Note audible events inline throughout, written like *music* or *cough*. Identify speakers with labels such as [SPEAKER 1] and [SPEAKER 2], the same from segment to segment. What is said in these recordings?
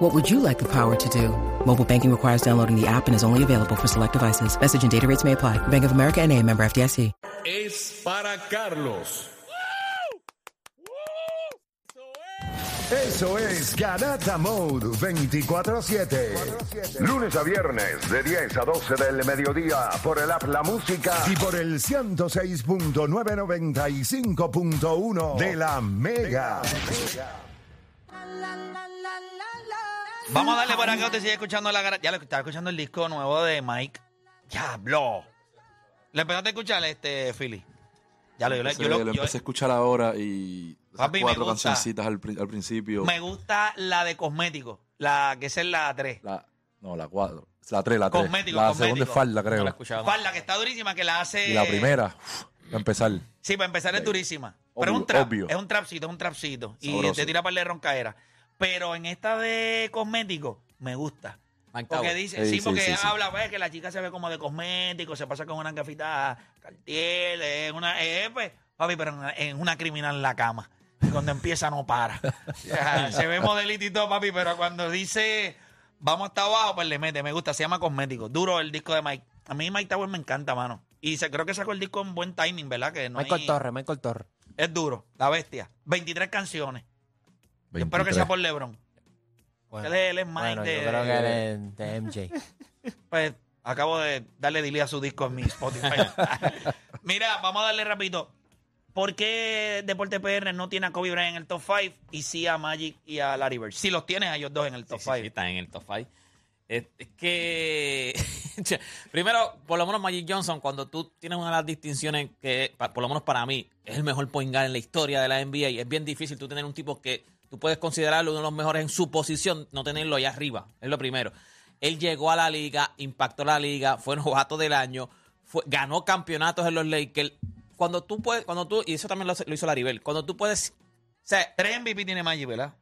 [SPEAKER 1] What would you like the power to do? Mobile banking requires downloading the app and is only available for select devices. Message and data rates may apply. Bank of America and a member FDIC.
[SPEAKER 2] es para Carlos.
[SPEAKER 3] Eso es Ganata Mode 24-7.
[SPEAKER 4] Lunes a viernes de 10 a 12 del mediodía por el app La Música.
[SPEAKER 3] Y por el 106.995.1 de la Mega.
[SPEAKER 5] Vamos a darle por acá. Usted sigue escuchando la gara- Ya lo estaba escuchando el disco nuevo de Mike. Diablo. ¿Le empezaste a escuchar este, Philly? Ya lo, yo, lo-
[SPEAKER 6] Ese
[SPEAKER 5] yo lo-
[SPEAKER 6] lo
[SPEAKER 5] yo-
[SPEAKER 6] empecé a escuchar ahora y esas
[SPEAKER 5] Papi, me
[SPEAKER 6] cuatro
[SPEAKER 5] gusta.
[SPEAKER 6] cancioncitas al, pri- al principio.
[SPEAKER 5] Me gusta la de cosméticos. La que esa es la 3.
[SPEAKER 6] La, no, la cuatro. La tres, la tres.
[SPEAKER 5] Cosmético,
[SPEAKER 6] la
[SPEAKER 5] cosmético.
[SPEAKER 6] segunda es falda, creo.
[SPEAKER 7] No la escuchaba.
[SPEAKER 5] la que está durísima, que la hace.
[SPEAKER 6] y la primera, uf, para empezar.
[SPEAKER 5] Sí, para empezar es durísima. Pero es un
[SPEAKER 6] Obvio,
[SPEAKER 5] trap.
[SPEAKER 6] obvio.
[SPEAKER 5] Es un trapcito, es un trapcito. Y
[SPEAKER 6] Sabroso.
[SPEAKER 5] te tira para de roncaera. Pero en esta de cosméticos, me gusta.
[SPEAKER 7] Mancabo.
[SPEAKER 5] Porque dice,
[SPEAKER 6] Sí,
[SPEAKER 5] sí,
[SPEAKER 6] sí,
[SPEAKER 5] porque
[SPEAKER 6] sí, sí.
[SPEAKER 5] habla, ve, que la chica se ve como de cosmético, se pasa con una gafita cartiel, es una eh, pues, papi, pero en una, en una criminal en la cama. Y cuando empieza no para. O
[SPEAKER 6] *laughs*
[SPEAKER 5] sea, se ve modelito y todo, papi, pero cuando dice vamos hasta abajo, pues le mete, me gusta, se llama cosmético. Duro el disco de Mike. A mí Mike Tower me encanta, mano. Y se, creo que sacó el disco en buen timing, ¿verdad? Que no
[SPEAKER 7] Michael
[SPEAKER 5] hay-
[SPEAKER 7] Torres, Michael Torres.
[SPEAKER 5] Es duro, la bestia. 23 canciones. Yo espero que sea por LeBron.
[SPEAKER 7] Bueno,
[SPEAKER 5] él es, él es Mike
[SPEAKER 7] Bueno,
[SPEAKER 5] de-
[SPEAKER 7] yo creo que eres de MJ.
[SPEAKER 5] pues acabo de darle delay a su disco en mi Spotify. Mira, vamos a darle rapidito. ¿Por qué Deporte PR no tiene a Kobe Bryant en el top 5 y sí a Magic y a Larry Bird? Si los tienes a ellos dos en el top
[SPEAKER 7] Sí, sí,
[SPEAKER 5] 5.
[SPEAKER 7] sí, está en el top 5. Es, es que. *laughs* Primero, por lo menos Magic Johnson, cuando tú tienes una de las distinciones que, pa- por lo menos para mí, es el mejor point guard en la historia de la NBA, y es bien difícil tú tener un tipo que tú puedes considerarlo uno de los mejores en su posición, no tenerlo allá arriba. Es lo primero. Él llegó a la liga, impactó la liga, fue novato del año, fue- ganó campeonatos en los Lakers. Cuando tú puedes, cuando tú, y eso también lo, hace- lo hizo Laribel, cuando tú puedes. O sea,
[SPEAKER 5] Tres MVP tiene Magic, ¿verdad?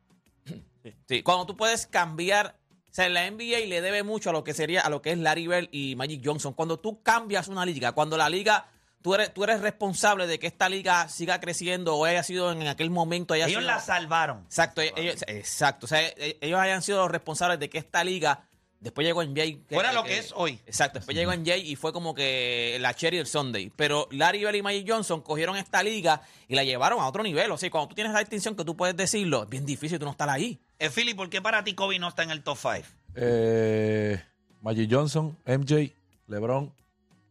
[SPEAKER 7] Sí, cuando tú puedes cambiar, o sea, la NBA le debe mucho a lo que sería, a lo que es Larry Bird y Magic Johnson. Cuando tú cambias una liga, cuando la liga, tú eres, tú eres responsable de que esta liga siga creciendo o haya sido en aquel momento haya
[SPEAKER 5] Ellos
[SPEAKER 7] sido-
[SPEAKER 5] la salvaron.
[SPEAKER 7] exacto, e-, ellos, exacto, o sea, e- ellos hayan sido los responsables de que esta liga después llegó en Jay.
[SPEAKER 5] Fuera lo que es hoy.
[SPEAKER 7] Exacto, después llegó en Jay y fue como que la cherry del Sunday. Pero Larry Bell y Magic Johnson cogieron esta liga y la llevaron a otro nivel. O sea, cuando tú tienes la distinción que tú puedes decirlo, es bien difícil tú no estar ahí.
[SPEAKER 5] Eh, Philly, ¿por qué para ti Kobe no está en el top 5?
[SPEAKER 6] Eh, Magic Johnson, MJ, LeBron,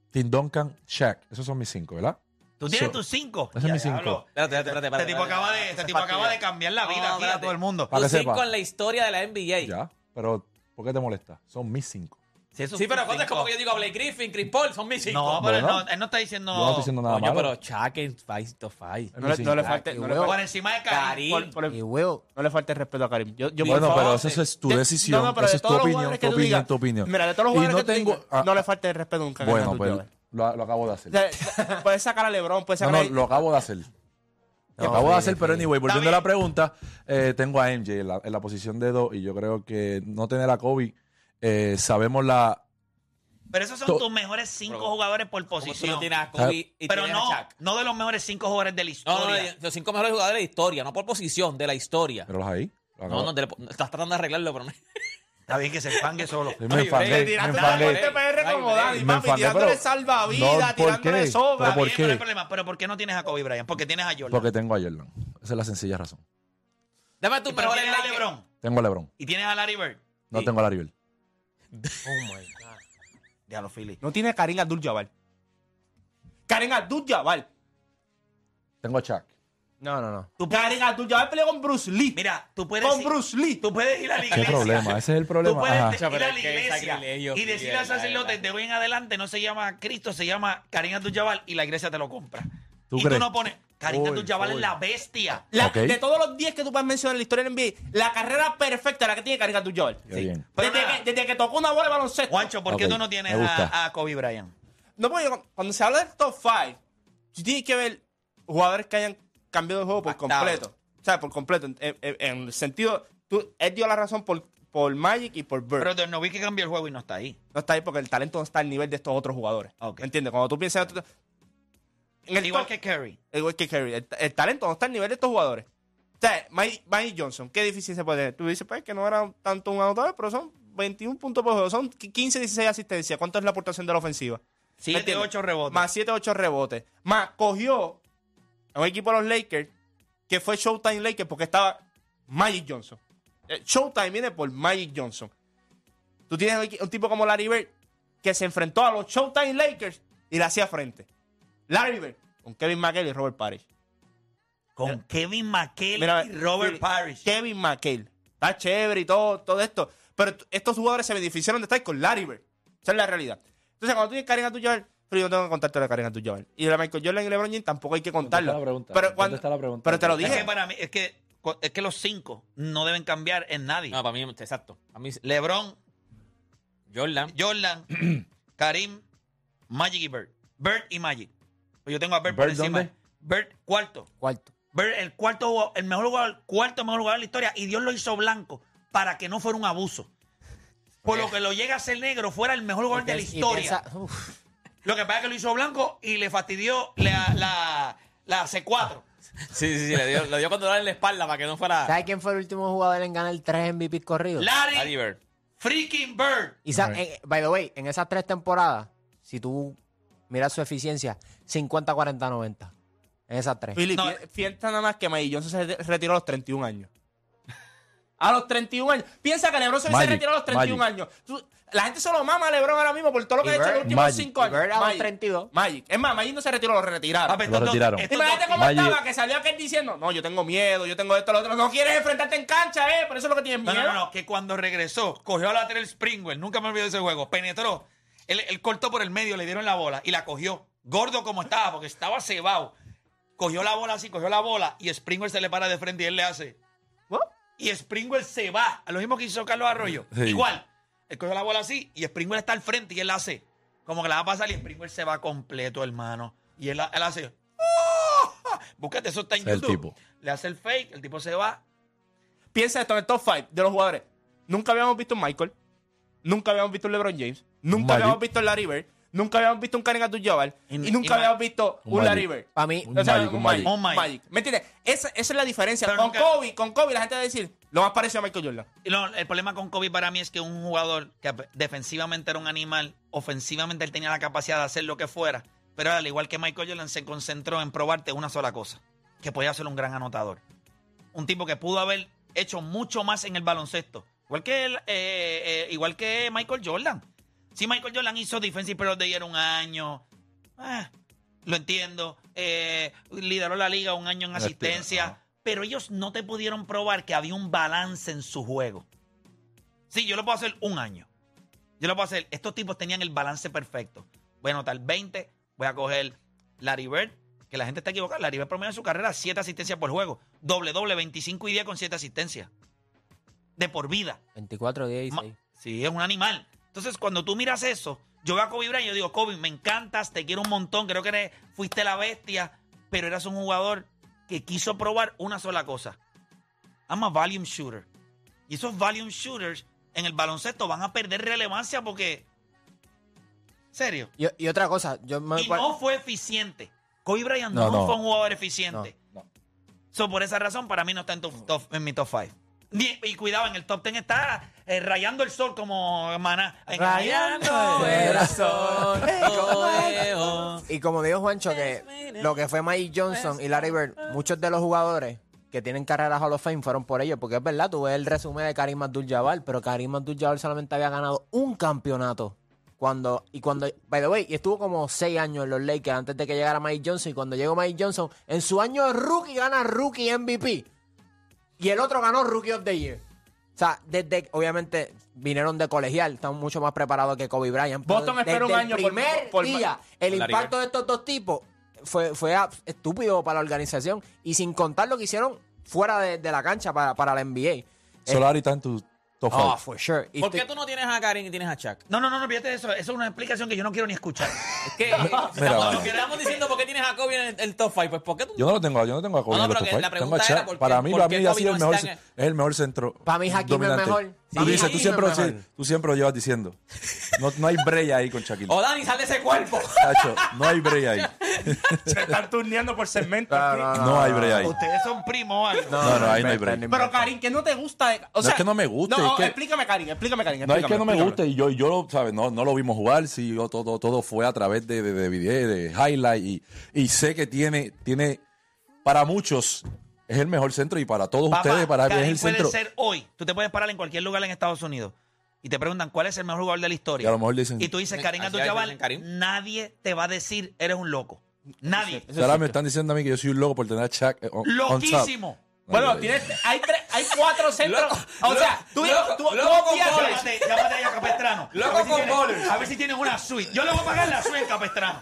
[SPEAKER 6] Tim Duncan, Shaq. Esos son mis cinco, ¿verdad?
[SPEAKER 5] ¿Tú tienes
[SPEAKER 6] So-
[SPEAKER 5] tus cinco?
[SPEAKER 6] Ese es mi *laughs* cinco.
[SPEAKER 5] diablo.
[SPEAKER 7] Espérate, espérate, espérate,
[SPEAKER 5] Este
[SPEAKER 7] espérate,
[SPEAKER 5] tipo acaba de,
[SPEAKER 7] espérate.
[SPEAKER 5] este tipo acaba de cambiar la vida
[SPEAKER 7] No,
[SPEAKER 5] aquí a
[SPEAKER 7] espérate.
[SPEAKER 5] todo el mundo.
[SPEAKER 6] Para
[SPEAKER 7] Tu
[SPEAKER 6] que
[SPEAKER 7] cinco
[SPEAKER 6] sepa.
[SPEAKER 7] en la historia de la NBA.
[SPEAKER 6] Ya. Pero, ¿por qué te molesta? Son mis cinco.
[SPEAKER 5] Si esos
[SPEAKER 7] Sí, pero
[SPEAKER 5] cinco-
[SPEAKER 7] cuando es como que yo digo Blake Griffin, Chris Paul, son mis cinco.
[SPEAKER 5] No, pero él no,
[SPEAKER 6] Bueno.
[SPEAKER 5] él no está diciendo...
[SPEAKER 6] Yo no estoy diciendo nada
[SPEAKER 7] Coño,
[SPEAKER 6] malo.
[SPEAKER 7] pero Chuck en Five to Five.
[SPEAKER 6] Es
[SPEAKER 8] No
[SPEAKER 6] mis
[SPEAKER 8] le, no le
[SPEAKER 6] cinco.
[SPEAKER 8] falte, no le
[SPEAKER 7] Huevo.
[SPEAKER 5] Por
[SPEAKER 8] falte-
[SPEAKER 5] encima de
[SPEAKER 7] Karim.
[SPEAKER 5] Karim.
[SPEAKER 8] por- por el-
[SPEAKER 7] Y Will.
[SPEAKER 8] no le falte el respeto a Karim. Yo, yo, por
[SPEAKER 6] Bueno,
[SPEAKER 8] favor,
[SPEAKER 6] pero eso es tu
[SPEAKER 8] de-
[SPEAKER 6] decisión,
[SPEAKER 8] pero
[SPEAKER 6] esa
[SPEAKER 8] de
[SPEAKER 6] es tu
[SPEAKER 8] todos los
[SPEAKER 6] opinión,
[SPEAKER 8] jugadores
[SPEAKER 6] tu
[SPEAKER 8] que tú
[SPEAKER 6] opinión,
[SPEAKER 8] digas-
[SPEAKER 6] tu opinión.
[SPEAKER 8] Mira, de todos los
[SPEAKER 6] Y
[SPEAKER 8] jugadores
[SPEAKER 6] no
[SPEAKER 8] que tú
[SPEAKER 6] tengo-
[SPEAKER 8] digas,
[SPEAKER 6] ah,
[SPEAKER 8] no le falte el respeto nunca. que
[SPEAKER 6] Bueno,
[SPEAKER 8] sean
[SPEAKER 6] pues
[SPEAKER 8] tuyos.
[SPEAKER 6] lo, lo acabo de hacer.
[SPEAKER 8] O *laughs* sea, eh, Puedes sacar a LeBron, puedes
[SPEAKER 6] No,
[SPEAKER 8] sacar
[SPEAKER 6] no,
[SPEAKER 8] a...
[SPEAKER 6] lo acabo de hacer. Lo
[SPEAKER 7] No,
[SPEAKER 6] acabo de
[SPEAKER 7] sí,
[SPEAKER 6] hacer,
[SPEAKER 7] sí.
[SPEAKER 6] pero anyway, volviendo a
[SPEAKER 5] bien.
[SPEAKER 6] la pregunta, eh, tengo a MJ en la, en la posición de 2 y yo creo que no tener a Kobe, eh, sabemos la...
[SPEAKER 5] Pero esos son
[SPEAKER 6] To-
[SPEAKER 5] tus mejores cinco jugadores por
[SPEAKER 7] Como tú no
[SPEAKER 5] posición.
[SPEAKER 7] tienes a Kobe y
[SPEAKER 5] Pero
[SPEAKER 7] tienes a
[SPEAKER 5] no,
[SPEAKER 7] Shaq.
[SPEAKER 5] no de los mejores cinco jugadores de
[SPEAKER 7] No,
[SPEAKER 5] la
[SPEAKER 7] no,
[SPEAKER 5] historia.
[SPEAKER 7] no, los cinco mejores jugadores de la historia, no por posición, de la historia.
[SPEAKER 6] Pero los ahí. lo acabo-
[SPEAKER 7] no, no, te le- estás tratando de arreglarlo, pero no.
[SPEAKER 5] Está bien que se pangue
[SPEAKER 6] *laughs*
[SPEAKER 5] solo.
[SPEAKER 6] Sí,
[SPEAKER 7] Oye,
[SPEAKER 6] me enfangué,
[SPEAKER 7] Brady,
[SPEAKER 6] me
[SPEAKER 7] tiraste
[SPEAKER 8] Dale,
[SPEAKER 7] Dale,
[SPEAKER 6] enfangué.
[SPEAKER 8] ponte PR como
[SPEAKER 7] Dale,
[SPEAKER 8] Dani,
[SPEAKER 6] me
[SPEAKER 8] papi,
[SPEAKER 6] enfangué,
[SPEAKER 8] tirándole
[SPEAKER 6] pero-
[SPEAKER 8] salvavidas,
[SPEAKER 6] No, ¿por
[SPEAKER 8] tirándole
[SPEAKER 6] qué? Pero
[SPEAKER 8] soba.
[SPEAKER 6] ¿por
[SPEAKER 5] Está bien, no hay
[SPEAKER 6] qué?
[SPEAKER 5] problema. Pero ¿por qué no tienes a Kobe Bryant? Porque tienes a Jordan.
[SPEAKER 6] Porque tengo a Jordan. Esa es la sencilla razón.
[SPEAKER 7] Dame tu
[SPEAKER 5] pero
[SPEAKER 7] mejor
[SPEAKER 5] tienes a
[SPEAKER 7] enlace.
[SPEAKER 5] LeBron
[SPEAKER 6] Tengo a LeBron.
[SPEAKER 5] y tienes a Larry Bird.
[SPEAKER 6] No
[SPEAKER 7] Sí.
[SPEAKER 6] tengo a Larry Bird.
[SPEAKER 5] Diablo, Philly.
[SPEAKER 8] No tiene Karim Abdul-Jabbar. Karim Abdul-Jabbar.
[SPEAKER 6] Tengo a Chuck.
[SPEAKER 7] No, no, no.
[SPEAKER 8] Karim Abdul-Jabbar peleó con Bruce Lee.
[SPEAKER 5] Mira, tú puedes
[SPEAKER 8] Con
[SPEAKER 5] ir,
[SPEAKER 8] Bruce Lee.
[SPEAKER 5] tú puedes ir a la
[SPEAKER 6] ¿Qué
[SPEAKER 5] iglesia.
[SPEAKER 6] problema? Ese es el
[SPEAKER 5] Tú
[SPEAKER 6] problema.
[SPEAKER 5] puedes
[SPEAKER 6] Ajá.
[SPEAKER 5] te- ir a
[SPEAKER 7] Pero
[SPEAKER 5] la
[SPEAKER 7] es que
[SPEAKER 5] iglesia
[SPEAKER 7] sacrilegio,
[SPEAKER 5] y decirle al
[SPEAKER 7] Fidel, la
[SPEAKER 5] sacerdote,
[SPEAKER 7] verdad.
[SPEAKER 5] de hoy en adelante no se llama Cristo, se llama Karim Abdul-Jabbar y la iglesia te lo compra.
[SPEAKER 6] ¿Tú
[SPEAKER 5] y tú
[SPEAKER 6] crees?
[SPEAKER 5] no pones, Karim
[SPEAKER 6] Uy,
[SPEAKER 5] Abdul-Jabbar es
[SPEAKER 6] uy.
[SPEAKER 5] la bestia.
[SPEAKER 8] La-
[SPEAKER 6] Ok.
[SPEAKER 8] De todos los 10 que tú puedes mencionar en la historia del NBA, la carrera perfecta es la que tiene Karim Abdul-Jabbar.
[SPEAKER 6] Qué bien.
[SPEAKER 5] Pero
[SPEAKER 8] Pues Desde
[SPEAKER 5] nada.
[SPEAKER 8] que, desde que tocó una bola de baloncesto.
[SPEAKER 5] Juancho, ¿por qué
[SPEAKER 6] Ok,
[SPEAKER 5] tú no tienes
[SPEAKER 6] me gusta.
[SPEAKER 5] a, a Kobe Bryant?
[SPEAKER 8] No, porque cuando se habla del top 5, tú tienes que ver jugadores que hayan cambiado el juego por
[SPEAKER 7] Pactado.
[SPEAKER 8] completo. O sea, por completo. En, en- en el sentido, tú, él dio la razón por, por Magic y por Bird.
[SPEAKER 5] Pero Del que cambió el juego y no está ahí.
[SPEAKER 8] no está ahí porque el talento no está al nivel de estos otros jugadores.
[SPEAKER 5] Ok.
[SPEAKER 8] ¿Me entiendes? Cuando tú piensas... en otro- en el
[SPEAKER 5] Igual
[SPEAKER 8] top-
[SPEAKER 5] que Curry.
[SPEAKER 8] Igual que Curry. El, el talento no está al nivel de estos jugadores. O sea, Mike, Mike Johnson, qué difícil se puede tener. Tú dices, pues, que no era tanto un anotador, pero son 21 puntos por juego. Son 15, 16 asistencias. ¿Cuánto es la aportación de la ofensiva? ¿Me
[SPEAKER 5] Siete,
[SPEAKER 8] entiendes?
[SPEAKER 5] ocho rebotes.
[SPEAKER 8] Más 7, 8 rebotes. Más cogió a un equipo de los Lakers que fue Showtime Lakers porque estaba Magic Johnson. Eh, Showtime viene por Magic Johnson. Tú tienes aquí un tipo como Larry Bird que se enfrentó a los Showtime Lakers y le hacía frente. Larry Bird con Kevin McHale y Robert Parrish.
[SPEAKER 5] Con Kevin McKelly
[SPEAKER 8] Mira,
[SPEAKER 5] y Robert
[SPEAKER 8] Kevin-
[SPEAKER 5] Parrish.
[SPEAKER 8] Kevin McHale. Está chévere y todo, todo esto. Pero t- estos jugadores se beneficiaron de estar con Larry Bird. Esa es la realidad. Entonces, cuando tú dices Karen Abdul-Jabbar, pero yo no tengo que contarte la Karen Abdul-Jabbar. Y de la Michael Jordan y LeBron James tampoco hay que contarla.
[SPEAKER 6] la pregunta?
[SPEAKER 8] Pero
[SPEAKER 6] ¿Dónde
[SPEAKER 8] cuando-
[SPEAKER 6] está la pregunta?
[SPEAKER 8] Pero te lo
[SPEAKER 6] Es
[SPEAKER 5] Es
[SPEAKER 8] dije.
[SPEAKER 5] que para mí, es que, es que los cinco no deben cambiar en nadie.
[SPEAKER 7] No, para mí, exacto. A mí,
[SPEAKER 5] LeBron,
[SPEAKER 7] Jordan.
[SPEAKER 5] Jordan, Karim, Magic y Bird. Bird y Magic. Pues yo tengo a Bird, por
[SPEAKER 6] ¿Bird
[SPEAKER 5] encima.
[SPEAKER 6] dónde?
[SPEAKER 5] Bird cuarto.
[SPEAKER 9] Cuarto.
[SPEAKER 5] Bird, el cuarto jugador- el mejor jugador, cuarto mejor jugador de la historia. Y Dios lo hizo blanco para que no fuera un abuso. Por lo que lo llega a ser negro, fuera el mejor jugador de la
[SPEAKER 9] Y
[SPEAKER 5] historia.
[SPEAKER 9] piensa- uf,
[SPEAKER 5] Lo que pasa es que lo hizo blanco y le fastidió la, la, la C4.
[SPEAKER 7] *laughs* Sí, sí, sí. Le dio, le dio controlar en la espalda para que no fuera
[SPEAKER 9] ¿Sabes quién fue el último jugador en ganar tres MVP corridos?
[SPEAKER 5] Larry
[SPEAKER 7] Larry Bird.
[SPEAKER 5] freaking Bird.
[SPEAKER 9] Y sa- en- by the way, en esas tres temporadas, si tú miras su eficiencia, 50, 40, 90. En esas tres.
[SPEAKER 8] Philip,
[SPEAKER 5] No.
[SPEAKER 8] fie- fiesta nada más que Magic Johnson se re- retiró a los 31 años. A los 31 años. Piensa que LeBron se
[SPEAKER 6] Magic,
[SPEAKER 8] retiró a los 31
[SPEAKER 6] Magic.
[SPEAKER 8] años. Tú- la gente solo mama a LeBron ahora mismo por todo lo que
[SPEAKER 9] Y
[SPEAKER 8] ha hecho en
[SPEAKER 9] Bird,
[SPEAKER 8] los últimos
[SPEAKER 6] Magic.
[SPEAKER 8] 5
[SPEAKER 9] Y Bird a
[SPEAKER 8] años.
[SPEAKER 9] los
[SPEAKER 8] Magic.
[SPEAKER 9] 32.
[SPEAKER 8] Magic. Es más, Magic no se retiró, lo retiraron.
[SPEAKER 5] Ah, pues
[SPEAKER 6] Lo
[SPEAKER 5] estos dos-
[SPEAKER 6] retiraron.
[SPEAKER 5] estos
[SPEAKER 8] Imagínate
[SPEAKER 5] dos-
[SPEAKER 8] cómo
[SPEAKER 6] Magic-
[SPEAKER 8] estaba, que salió aquel diciendo, no, yo tengo miedo, yo tengo esto, lo otro. No quieres enfrentarte en cancha, ¿eh? Por eso es lo que tienes
[SPEAKER 5] No,
[SPEAKER 8] miedo.
[SPEAKER 5] no, no, no, que cuando regresó, cogió a la Terrell Springwell, nunca me olvido de ese juego, penetró, él, él cortó por el medio, le dieron la bola y la cogió, gordo como estaba, porque estaba cebado. Cogió la bola así, cogió la bola y Springwell se le para de frente y él le hace.
[SPEAKER 8] ¿What?
[SPEAKER 5] Y Springwell se va, a lo mismo que hizo Carlos Arroyo.
[SPEAKER 6] Sí.
[SPEAKER 5] Igual, él cogió la bola así y Springwell está al frente y él la hace. Como que la va a pasar y Springwell se va completo, hermano. Y él, él hace. ¡Ah! Búscate, eso está en
[SPEAKER 6] Es el
[SPEAKER 5] YouTube.
[SPEAKER 6] tipo.
[SPEAKER 5] Le hace el fake, el tipo se va,
[SPEAKER 8] Piensa esto en el top 5 de los jugadores. Nunca habíamos visto un Michael, nunca habíamos visto un LeBron James, nunca
[SPEAKER 6] Magic.
[SPEAKER 8] habíamos visto un Larry Bird, nunca habíamos visto un Karen Abdul-Jabbar
[SPEAKER 5] Y-
[SPEAKER 8] y,
[SPEAKER 5] y
[SPEAKER 8] nunca
[SPEAKER 5] Ma-
[SPEAKER 8] habíamos visto
[SPEAKER 6] Un
[SPEAKER 8] un
[SPEAKER 6] Magic.
[SPEAKER 8] Larry Bird.
[SPEAKER 9] Para mí,
[SPEAKER 6] Un Magic, un Magic.
[SPEAKER 5] Un Magic.
[SPEAKER 8] ¿Me entiendes? Esa, esa es la diferencia.
[SPEAKER 5] Pero
[SPEAKER 8] con
[SPEAKER 5] nunca-
[SPEAKER 8] Kobe, con Kobe la gente va a decir, lo más parecido a Michael Jordan.
[SPEAKER 5] Y No, el problema con Kobe para mí es que un jugador que defensivamente era un animal, ofensivamente él tenía la capacidad de hacer lo que fuera, pero al igual que Michael Jordan se concentró en probarte una sola cosa, que podía ser un gran anotador. Un tipo que pudo haber hecho mucho más en el baloncesto, igual que, él, eh, eh, igual que Michael Jordan. Si Michael Jordan hizo Defensive Player of the Year un año, ah, lo entiendo, eh, lideró la liga un año en
[SPEAKER 6] Respira,
[SPEAKER 5] asistencia,
[SPEAKER 6] ajá.
[SPEAKER 5] pero ellos no te pudieron probar que había un balance en su juego. Sí, yo lo puedo hacer un año. Yo lo puedo hacer. Estos tipos tenían el balance perfecto. Voy a anotar 20, voy a coger Larry Bird, que la gente está equivocada. Larry Bird promedio en su carrera 7 asistencias por juego. Doble, doble, 25 y 10 con 7 asistencias. De por vida.
[SPEAKER 9] 24, 10 y
[SPEAKER 5] Ma-
[SPEAKER 9] 6.
[SPEAKER 5] Sí, es un animal. Entonces, cuando tú miras eso, yo veo a Kobe Bryant y yo digo, Kobe, me encantas, te quiero un montón, creo que eres- fuiste la bestia, pero eras un jugador que quiso probar una sola cosa. I'm a volume shooter. Y esos volume shooters en el baloncesto van a perder relevancia porque... ¿Serio?
[SPEAKER 9] Y, y otra cosa, yo me
[SPEAKER 5] Y no fue eficiente. Kobe Bryant no,
[SPEAKER 6] No, no.
[SPEAKER 5] fue un jugador eficiente.
[SPEAKER 6] No, no.
[SPEAKER 5] So, por esa razón, para mí no está en, tu- top- en mi top 5. Y cuidado, en el top 10 está eh, rayando el sol como maná. En-
[SPEAKER 8] Rayando
[SPEAKER 9] el
[SPEAKER 7] sol.
[SPEAKER 9] Y como dijo Juancho, que lo que fue Mike Johnson y Larry Bird, muchos de los jugadores que tienen carreras Hall of Fame fueron por ellos, porque es verdad, tú ves el resumen de Karim Abdul-Jabbar, pero Karim Abdul-Jabbar solamente había ganado un campeonato. Cuando, y cuando, by the way, y estuvo como seis años en los Lakers antes de que llegara Mike Johnson. Y cuando llegó Mike Johnson, en su año de rookie gana rookie MVP. Y el otro ganó Rookie of the Year. O sea, desde, obviamente, vinieron de colegial, están mucho más preparados que Kobe Bryant. pero
[SPEAKER 8] Boston
[SPEAKER 9] desde
[SPEAKER 8] espera un
[SPEAKER 9] el
[SPEAKER 8] año por-
[SPEAKER 9] primer
[SPEAKER 8] por-
[SPEAKER 9] día, el
[SPEAKER 7] Larry
[SPEAKER 9] impacto de estos dos tipos fue, fue abs- estúpido para la organización y sin contar lo que hicieron fuera de, de la cancha para, para la NBA.
[SPEAKER 6] Solari está en tu Top
[SPEAKER 10] Oh,
[SPEAKER 6] five.
[SPEAKER 10] for sure. Y
[SPEAKER 7] ¿Por
[SPEAKER 10] te-
[SPEAKER 7] qué tú no tienes a Karim y tienes a Shaq?
[SPEAKER 5] No, no, no, no, fíjate eso. Eso es una explicación que yo no quiero ni
[SPEAKER 6] *laughs*
[SPEAKER 5] escuchar.
[SPEAKER 7] Es *laughs* que estamos,
[SPEAKER 6] vale.
[SPEAKER 7] estamos diciendo por qué tienes a Kobe en el, el top 5. Pues ¿por qué tú
[SPEAKER 6] Yo no lo tengo, yo no tengo a Kobe
[SPEAKER 7] No, no,
[SPEAKER 6] en los
[SPEAKER 7] pero
[SPEAKER 6] top
[SPEAKER 7] que
[SPEAKER 6] five.
[SPEAKER 7] la
[SPEAKER 6] Tengo a
[SPEAKER 7] pregunta
[SPEAKER 6] Shaq.
[SPEAKER 7] era por
[SPEAKER 6] Para
[SPEAKER 7] qué-
[SPEAKER 6] mí,
[SPEAKER 7] por
[SPEAKER 6] para
[SPEAKER 7] qué
[SPEAKER 6] mí ha
[SPEAKER 7] Kobe
[SPEAKER 6] sido el
[SPEAKER 7] no
[SPEAKER 6] mejor,
[SPEAKER 7] está en
[SPEAKER 6] es el mejor centro.
[SPEAKER 10] Para mí, Hakim
[SPEAKER 6] dominante.
[SPEAKER 10] es mejor.
[SPEAKER 6] Tú
[SPEAKER 10] Sí,
[SPEAKER 6] dices, tú
[SPEAKER 10] Hakim
[SPEAKER 6] siempre,
[SPEAKER 10] es mejor.
[SPEAKER 6] tú siempre lo llevas diciendo. No, no hay breya ahí con Shaquille.
[SPEAKER 7] O Dani, sal de ese cuerpo.
[SPEAKER 6] Tacho, no hay breya ahí.
[SPEAKER 7] *laughs*
[SPEAKER 8] Se están turneando por segmento. aquí.
[SPEAKER 6] No hay breya ahí.
[SPEAKER 5] Ustedes son primos o algo.
[SPEAKER 6] No, no, ahí no hay break.
[SPEAKER 10] break.
[SPEAKER 8] Pero Karim, que no te gusta. de- O
[SPEAKER 6] No
[SPEAKER 8] sea,
[SPEAKER 6] es que no me guste,
[SPEAKER 8] No,
[SPEAKER 6] es que-
[SPEAKER 8] explícame, Karim, explícame, Karim.
[SPEAKER 6] No es que
[SPEAKER 8] explícame,
[SPEAKER 6] no me
[SPEAKER 8] explícame.
[SPEAKER 6] guste y yo, yo lo, ¿sabes? No, no lo vimos jugar, sí, yo todo, todo fue a través de, de, de video, de highlight y, y sé que tiene, tiene, para muchos es el mejor centro y para todos
[SPEAKER 5] Papá,
[SPEAKER 6] ustedes, para mí es
[SPEAKER 5] Karim
[SPEAKER 6] el
[SPEAKER 5] puede
[SPEAKER 6] centro.
[SPEAKER 5] ser hoy. Tú te puedes parar en cualquier lugar en Estados Unidos y te preguntan cuál es el mejor jugador de la
[SPEAKER 6] Y
[SPEAKER 5] historia.
[SPEAKER 6] a lo mejor dicen,
[SPEAKER 5] Y tú dices, Karim
[SPEAKER 7] Así
[SPEAKER 5] Abdul-Jabbar,
[SPEAKER 7] dicen, Karim.
[SPEAKER 5] nadie te va a decir, eres un loco. Nadie.
[SPEAKER 6] "O sea, ahora me están diciendo a mí que yo soy un loco por tener a Shaq eh, on, on top".
[SPEAKER 5] Loquísimo.
[SPEAKER 6] No,
[SPEAKER 8] Bueno,
[SPEAKER 6] yo-
[SPEAKER 8] tienes, hay, tres, hay cuatro centros. o sea, tú,
[SPEAKER 7] loco,
[SPEAKER 8] tú, tú
[SPEAKER 7] loco con
[SPEAKER 8] obvias-
[SPEAKER 7] bolas.
[SPEAKER 5] Llámate, llámate ahí a Capestrano.
[SPEAKER 7] Loco
[SPEAKER 5] a ver si
[SPEAKER 7] con
[SPEAKER 5] tienes-
[SPEAKER 7] bowlers.
[SPEAKER 5] A ver si tienes una suite. Yo le voy a pagar la suite, Capestrano.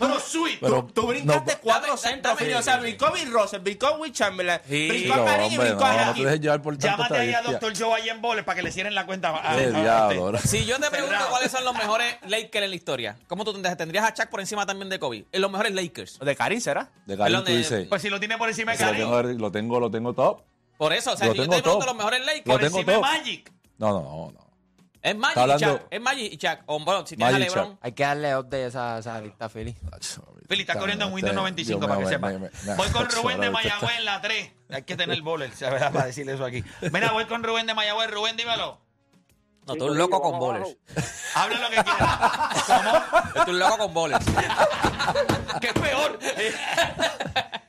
[SPEAKER 5] Una suite.
[SPEAKER 6] Pero-
[SPEAKER 8] tú brincaste
[SPEAKER 6] no,
[SPEAKER 8] cuatro
[SPEAKER 7] dame-
[SPEAKER 8] centros,
[SPEAKER 7] dame-
[SPEAKER 8] Fili, O sea, brincó Bill Russell, brincó Will Chamberlain, brincó
[SPEAKER 6] no,
[SPEAKER 8] a Karim y
[SPEAKER 6] hombre,
[SPEAKER 8] brincó
[SPEAKER 6] no,
[SPEAKER 8] a
[SPEAKER 6] no te
[SPEAKER 8] Hakim.
[SPEAKER 6] dejes llevar por tanta
[SPEAKER 5] Llámate ahí a Ah,
[SPEAKER 6] estadística.
[SPEAKER 5] Dr. Joe ahí en Bowler para que le cierren la cuenta. a- a-
[SPEAKER 6] Qué
[SPEAKER 5] a-
[SPEAKER 6] diablo, bro.
[SPEAKER 7] Si yo te pregunto
[SPEAKER 5] Cerrado.
[SPEAKER 7] cuáles son los mejores Lakers en la historia, ¿cómo tú tendrías? ¿Tendrías a Shaq por encima también de Kobe? En los mejores Lakers.
[SPEAKER 8] ¿De Karim será?
[SPEAKER 6] De
[SPEAKER 7] Perdón,
[SPEAKER 6] Karim tú
[SPEAKER 7] de-
[SPEAKER 6] dices,
[SPEAKER 5] Pues si lo tiene por encima de
[SPEAKER 6] "Ese lo
[SPEAKER 5] Karim.
[SPEAKER 6] tengo, lo tengo, lo tengo top.
[SPEAKER 7] Por eso, o sea,
[SPEAKER 6] Lo
[SPEAKER 7] si yo te
[SPEAKER 6] tengo
[SPEAKER 7] pregunto
[SPEAKER 6] todo.
[SPEAKER 7] los mejores Lakers,
[SPEAKER 6] Lo
[SPEAKER 5] Por
[SPEAKER 6] tengo
[SPEAKER 5] encima de
[SPEAKER 6] todo.
[SPEAKER 5] Magic.
[SPEAKER 6] No, no, no, no.
[SPEAKER 7] es Magic
[SPEAKER 6] Está
[SPEAKER 7] y
[SPEAKER 6] hablando-
[SPEAKER 7] Shaq. Es Magic y Shaq. O bueno, si tienes
[SPEAKER 6] Magic y
[SPEAKER 7] a LeBron.
[SPEAKER 10] Hay que darle update a esa, esa lista, Fili.
[SPEAKER 6] Tacho,
[SPEAKER 5] Fili, está corriendo en
[SPEAKER 6] usted-
[SPEAKER 5] Windows 95
[SPEAKER 6] este,
[SPEAKER 5] para que
[SPEAKER 6] Dios
[SPEAKER 5] sepa.
[SPEAKER 6] mío, me- me- me-
[SPEAKER 5] voy
[SPEAKER 6] *laughs*
[SPEAKER 5] con
[SPEAKER 6] Tacho,
[SPEAKER 5] Rubén de
[SPEAKER 6] bro, este usted está-
[SPEAKER 5] Mayagüez en la 3. Hay que tener bowler, ¿sabes? Para decirle eso aquí. Mira, voy con Rubén de Mayagüez. Rubén, dímelo.
[SPEAKER 7] No, tú eres un loco con bowlers.
[SPEAKER 5] Habla lo que quieras. *laughs*
[SPEAKER 7] Tú eres un loco con bowlers.
[SPEAKER 5] Que es peor.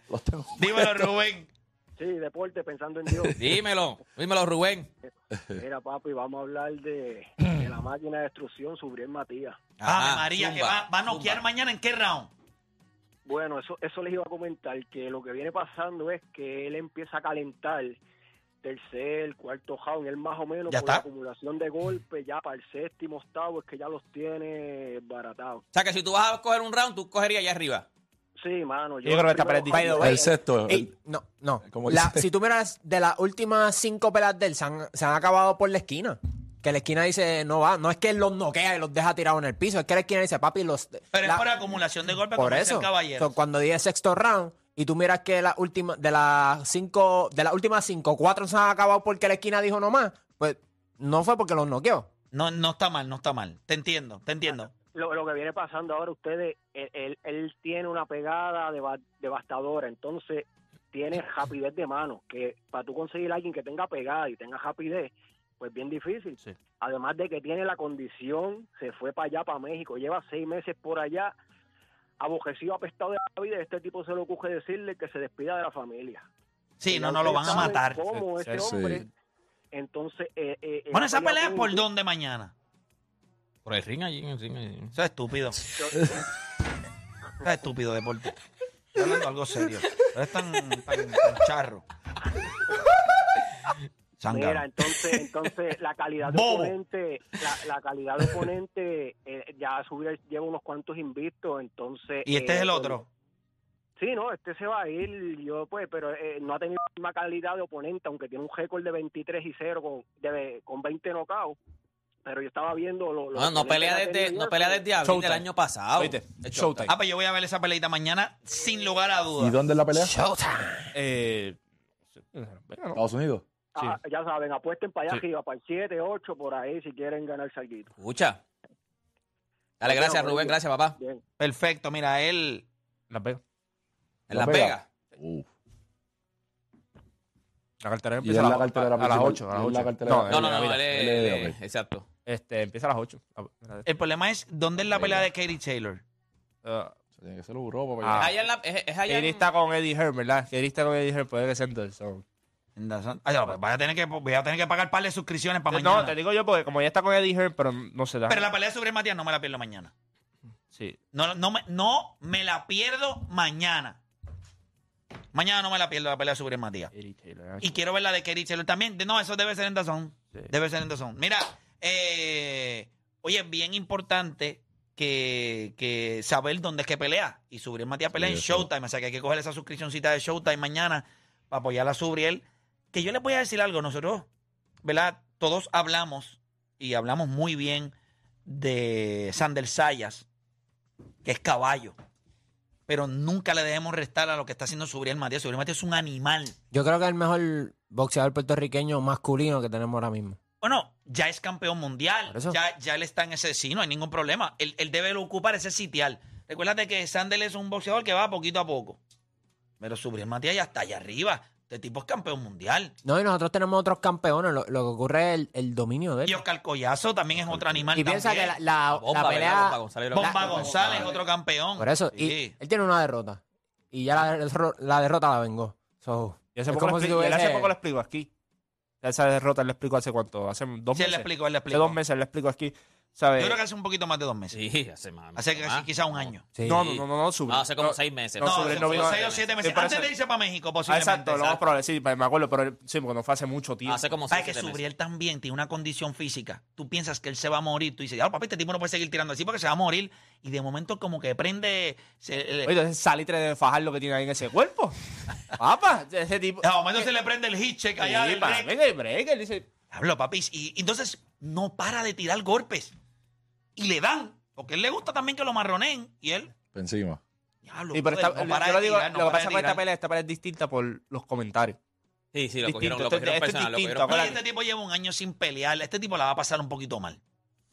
[SPEAKER 6] Los tengo.
[SPEAKER 5] Dímelo, Rubén.
[SPEAKER 9] Sí, deporte, pensando
[SPEAKER 8] *laughs*
[SPEAKER 9] en Dios.
[SPEAKER 7] Dímelo, dímelo, Rubén.
[SPEAKER 9] Mira, papi, vamos a hablar
[SPEAKER 8] *clears throat*
[SPEAKER 9] de, de la máquina de destrucción, Subriel Matías.
[SPEAKER 5] Ave
[SPEAKER 7] Ajá,
[SPEAKER 5] María, que
[SPEAKER 7] zumba,
[SPEAKER 5] va, va a noquear
[SPEAKER 7] zumba.
[SPEAKER 5] mañana en qué round.
[SPEAKER 9] Bueno, eso, eso les iba a comentar, que lo que viene pasando es que él empieza a calentar tercer, cuarto round, él más o menos
[SPEAKER 5] Ya
[SPEAKER 9] por
[SPEAKER 5] está.
[SPEAKER 9] la acumulación de golpes, ya para el séptimo, octavo, es que ya los tiene baratados.
[SPEAKER 7] O sea, que si tú vas a coger un round, tú cogerías allá arriba.
[SPEAKER 9] Sí, mano.
[SPEAKER 8] Yo creo que está
[SPEAKER 9] primero-
[SPEAKER 8] predispuesto.
[SPEAKER 10] By the way,
[SPEAKER 6] El sexto. el-
[SPEAKER 10] Ey, no, no.
[SPEAKER 6] ¿Cómo
[SPEAKER 10] La-
[SPEAKER 6] dice?
[SPEAKER 10] si tú miras de las últimas cinco pelas de él, se han, se han acabado por la esquina. Que la esquina dice, no va. No es que él los noquea y los deja tirados en el piso. Es que la esquina dice, papi, los.
[SPEAKER 5] Pero
[SPEAKER 10] la-
[SPEAKER 5] es por acumulación de golpes
[SPEAKER 10] Por
[SPEAKER 5] como dice
[SPEAKER 10] eso.
[SPEAKER 5] el caballero.
[SPEAKER 10] So, cuando di el sexto round y tú miras que la última, de las cinco, de las últimas cinco, cuatro se han acabado porque la esquina dijo no más, pues no fue porque los noqueó.
[SPEAKER 5] No, no está mal, no está mal. Te entiendo, te entiendo.
[SPEAKER 9] lo, lo que viene pasando ahora ustedes, él, él- él tiene una pegada deva- devastadora, entonces tiene rapidez de mano, que para tú conseguir a alguien que tenga pegada y tenga rapidez, pues bien difícil.
[SPEAKER 8] Sí.
[SPEAKER 9] Además de que tiene la condición, se fue para allá, para México, lleva seis meses por allá, abojecido, apestado de la vida, y este tipo se le ocurre decirle que se despida de la familia.
[SPEAKER 5] Sí,
[SPEAKER 9] Y
[SPEAKER 5] no,
[SPEAKER 9] ya
[SPEAKER 5] no lo
[SPEAKER 9] ustedes
[SPEAKER 5] van a
[SPEAKER 9] saben
[SPEAKER 5] matar.
[SPEAKER 9] cómo
[SPEAKER 8] Sí,
[SPEAKER 9] este
[SPEAKER 6] sí.
[SPEAKER 9] hombre, entonces... eh, eh, eh,
[SPEAKER 5] Bueno,
[SPEAKER 9] ha
[SPEAKER 5] esa
[SPEAKER 9] peleado
[SPEAKER 5] pelea es
[SPEAKER 9] con
[SPEAKER 5] por
[SPEAKER 9] un-
[SPEAKER 5] dónde mañana.
[SPEAKER 7] Por el ring allí, el ring allí.
[SPEAKER 5] Eso es estúpido. Eso es estúpido, deporte. Estoy hablando algo serio. Pero es tan, tan, tan charro. Zángano.
[SPEAKER 9] Mira, entonces, entonces la calidad de
[SPEAKER 5] Bobo.
[SPEAKER 9] oponente, la, la calidad de oponente eh, ya subió, lleva unos cuantos invictos, entonces.
[SPEAKER 5] Y este
[SPEAKER 9] eh,
[SPEAKER 5] es el
[SPEAKER 9] pues,
[SPEAKER 5] otro.
[SPEAKER 9] Sí, no, este se va a ir, yo pues, pero eh, no ha tenido la misma calidad de oponente, aunque tiene un récord de 23 y 0 con, de- con 20 knockouts. Pero yo estaba viendo lo, lo
[SPEAKER 7] No, Ah, no
[SPEAKER 9] oponentes
[SPEAKER 7] pelea
[SPEAKER 9] que ha
[SPEAKER 7] desde,
[SPEAKER 9] tenido pues,
[SPEAKER 7] no pelea
[SPEAKER 9] Jeffrey.
[SPEAKER 7] desde abril del
[SPEAKER 8] Showtime.
[SPEAKER 7] año pasado.
[SPEAKER 8] Oíste,
[SPEAKER 7] Es
[SPEAKER 8] Showtime.
[SPEAKER 5] Ah, pues yo voy a ver esa peleita mañana sin lugar a
[SPEAKER 6] ¿Y
[SPEAKER 5] dudas.
[SPEAKER 6] dónde es la pelea?
[SPEAKER 8] Eh, venga, ¿no?
[SPEAKER 6] Estados Unidos.
[SPEAKER 9] Ah, ya saben, apuesten para allá
[SPEAKER 8] Sí.
[SPEAKER 9] arriba, para el 7, 8, por ahí, si quieren ganar salguito.
[SPEAKER 7] Escucha. Dale, gracias, Rubén. Gracias, papá.
[SPEAKER 9] Bien.
[SPEAKER 5] Perfecto, mira, él.
[SPEAKER 8] Las Vegas.
[SPEAKER 7] En Las Vegas.
[SPEAKER 6] Uf.
[SPEAKER 8] La cartelera
[SPEAKER 6] Y es
[SPEAKER 8] empieza
[SPEAKER 6] la
[SPEAKER 8] a, la-
[SPEAKER 6] cartelera
[SPEAKER 8] a- a las
[SPEAKER 6] principal,
[SPEAKER 8] 8. A las
[SPEAKER 6] y es la
[SPEAKER 8] 8.
[SPEAKER 6] cartelera-
[SPEAKER 7] No, no, no.
[SPEAKER 6] Mira,
[SPEAKER 7] él es-
[SPEAKER 6] mira, mira,
[SPEAKER 7] él es-
[SPEAKER 6] ok.
[SPEAKER 7] Exacto.
[SPEAKER 8] Este, empieza a las 8.
[SPEAKER 5] El problema es dónde es la pelea de Katie Taylor.
[SPEAKER 6] Tiene que ser Europa. para
[SPEAKER 8] Ah.
[SPEAKER 7] Allá
[SPEAKER 6] allá.
[SPEAKER 7] en la- es, es allá en-
[SPEAKER 8] Kairi está con Eddie Hearn, ¿verdad? Kairi está con Eddie Hearn, puede que sea Anderson.
[SPEAKER 5] Ay, no, pues voy, a tener que, voy a tener que pagar par de suscripciones para mañana.
[SPEAKER 8] No, te digo yo porque como ya está con Eddie Hearn, pero no se da.
[SPEAKER 5] Pero la pelea sobre Matías no me la pierdo mañana.
[SPEAKER 8] Sí.
[SPEAKER 5] No, no, me, no me la pierdo mañana. Mañana no me la pierdo la pelea sobre Matías.
[SPEAKER 8] Kairi Taylor.
[SPEAKER 5] Y quiero ver la de Kerry Taylor también. De- No, eso debe ser en Dazón.
[SPEAKER 8] Sí.
[SPEAKER 5] Debe ser en Dazón. Mira, eh, oye, es bien importante que, que saber dónde es que pelea. Y Subriel Matías pelea
[SPEAKER 6] Sí,
[SPEAKER 5] en
[SPEAKER 6] eso.
[SPEAKER 5] Showtime. O sea que hay que coger esa suscripcióncita de Showtime mañana para apoyar a Subriel. Que yo les voy a decir algo. Nosotros, ¿verdad? todos hablamos y hablamos muy bien de Sander Sayas, que es caballo. Pero nunca le debemos restar a lo que está haciendo Subriel Matías. Subriel Matías es un animal.
[SPEAKER 9] Yo creo que es el mejor boxeador puertorriqueño masculino que tenemos ahora mismo.
[SPEAKER 5] Bueno, ya es campeón mundial.
[SPEAKER 9] Por eso.
[SPEAKER 5] Ya, ya él está en ese sí, no hay ningún problema. Él, él debe ocupar ese sitial. Recuérdate que Sandel es un boxeador que va poquito a poco. Pero Subriel Matías ya está allá arriba. Este tipo es campeón mundial.
[SPEAKER 9] No, y nosotros tenemos otros campeones. Lo, lo que ocurre es el, el dominio de
[SPEAKER 5] Y
[SPEAKER 9] él.
[SPEAKER 5] Oscar Collazo también es otro animal.
[SPEAKER 9] Y piensa que
[SPEAKER 5] también.
[SPEAKER 9] la, la-
[SPEAKER 7] Bomba,
[SPEAKER 9] la
[SPEAKER 7] ¿verdad?
[SPEAKER 9] pelea.
[SPEAKER 7] Bomba González.
[SPEAKER 5] Bomba González, otro campeón.
[SPEAKER 9] Por eso.
[SPEAKER 5] Sí.
[SPEAKER 9] Y él tiene una derrota. Y ya la, derro- la derrota la vengó. So,
[SPEAKER 8] Y hace
[SPEAKER 9] es
[SPEAKER 8] poco, lo
[SPEAKER 9] como si
[SPEAKER 8] expli- y él hace
[SPEAKER 9] tuviese-
[SPEAKER 8] poco lo explico aquí. Esa derrota le explico hace cuánto, hace dos
[SPEAKER 5] Sí, él
[SPEAKER 8] meses.
[SPEAKER 5] le explicó, él le
[SPEAKER 8] Hace
[SPEAKER 5] explicó.
[SPEAKER 8] dos meses le explico aquí. ¿Sabes?
[SPEAKER 5] Yo creo que hace un poquito más de dos meses.
[SPEAKER 7] Sí, hace más.
[SPEAKER 5] Hace casi
[SPEAKER 7] más.
[SPEAKER 5] quizá un año.
[SPEAKER 9] Sí.
[SPEAKER 8] No, no, no, no, no, sube.
[SPEAKER 7] No, hace como
[SPEAKER 8] No,
[SPEAKER 7] seis meses.
[SPEAKER 8] no,
[SPEAKER 5] No, sobre
[SPEAKER 8] sobre él no vino
[SPEAKER 5] seis
[SPEAKER 8] a-
[SPEAKER 5] o siete meses.
[SPEAKER 8] Sí, por
[SPEAKER 5] Antes
[SPEAKER 8] eso-
[SPEAKER 5] de irse para México,
[SPEAKER 8] Ah,
[SPEAKER 5] posiblemente.
[SPEAKER 8] exacto, lo más
[SPEAKER 5] Exacto.
[SPEAKER 8] probable, sí, me acuerdo, pero sí, porque no fue hace mucho tiempo.
[SPEAKER 7] Hace como
[SPEAKER 5] Sabes
[SPEAKER 7] seis
[SPEAKER 5] que
[SPEAKER 7] siete meses.
[SPEAKER 5] Subriel también tiene una condición física. Tú piensas que él se va a morir. Tú dices, ya, papi, este tipo no puede seguir tirando así porque se va a morir. Y de momento como que prende... Se, eh,
[SPEAKER 8] Oye, entonces salitre de fajar lo que tiene ahí en ese
[SPEAKER 5] *laughs*
[SPEAKER 8] cuerpo. Papá, ese tipo.
[SPEAKER 5] de momento se le prende el hit check allá. del
[SPEAKER 8] Venga,
[SPEAKER 5] rec.
[SPEAKER 8] venga, el break, él dice.
[SPEAKER 5] Hablo, papi. Y y entonces no para de tirar golpes. Y le dan. Porque a él le gusta también que lo marroneen. Y él...
[SPEAKER 6] Encima.
[SPEAKER 5] Diablo,
[SPEAKER 8] Sí, pero
[SPEAKER 5] brother,
[SPEAKER 8] esta-
[SPEAKER 5] no para
[SPEAKER 8] yo lo
[SPEAKER 5] de
[SPEAKER 8] digo,
[SPEAKER 5] tirar, no
[SPEAKER 8] lo
[SPEAKER 5] para
[SPEAKER 8] que pasa
[SPEAKER 5] de
[SPEAKER 8] con esta
[SPEAKER 5] tirar.
[SPEAKER 8] pelea, esta pelea es distinta por los comentarios.
[SPEAKER 7] Sí, sí, lo
[SPEAKER 8] Distinto,
[SPEAKER 7] cogieron, lo
[SPEAKER 8] este-
[SPEAKER 7] cogieron
[SPEAKER 8] este es
[SPEAKER 7] personal. lo cogieron
[SPEAKER 8] distinto,
[SPEAKER 5] Oye,
[SPEAKER 8] acuérdate.
[SPEAKER 7] personal.
[SPEAKER 5] este tipo lleva un año sin pelear. Este tipo la va a pasar un poquito mal.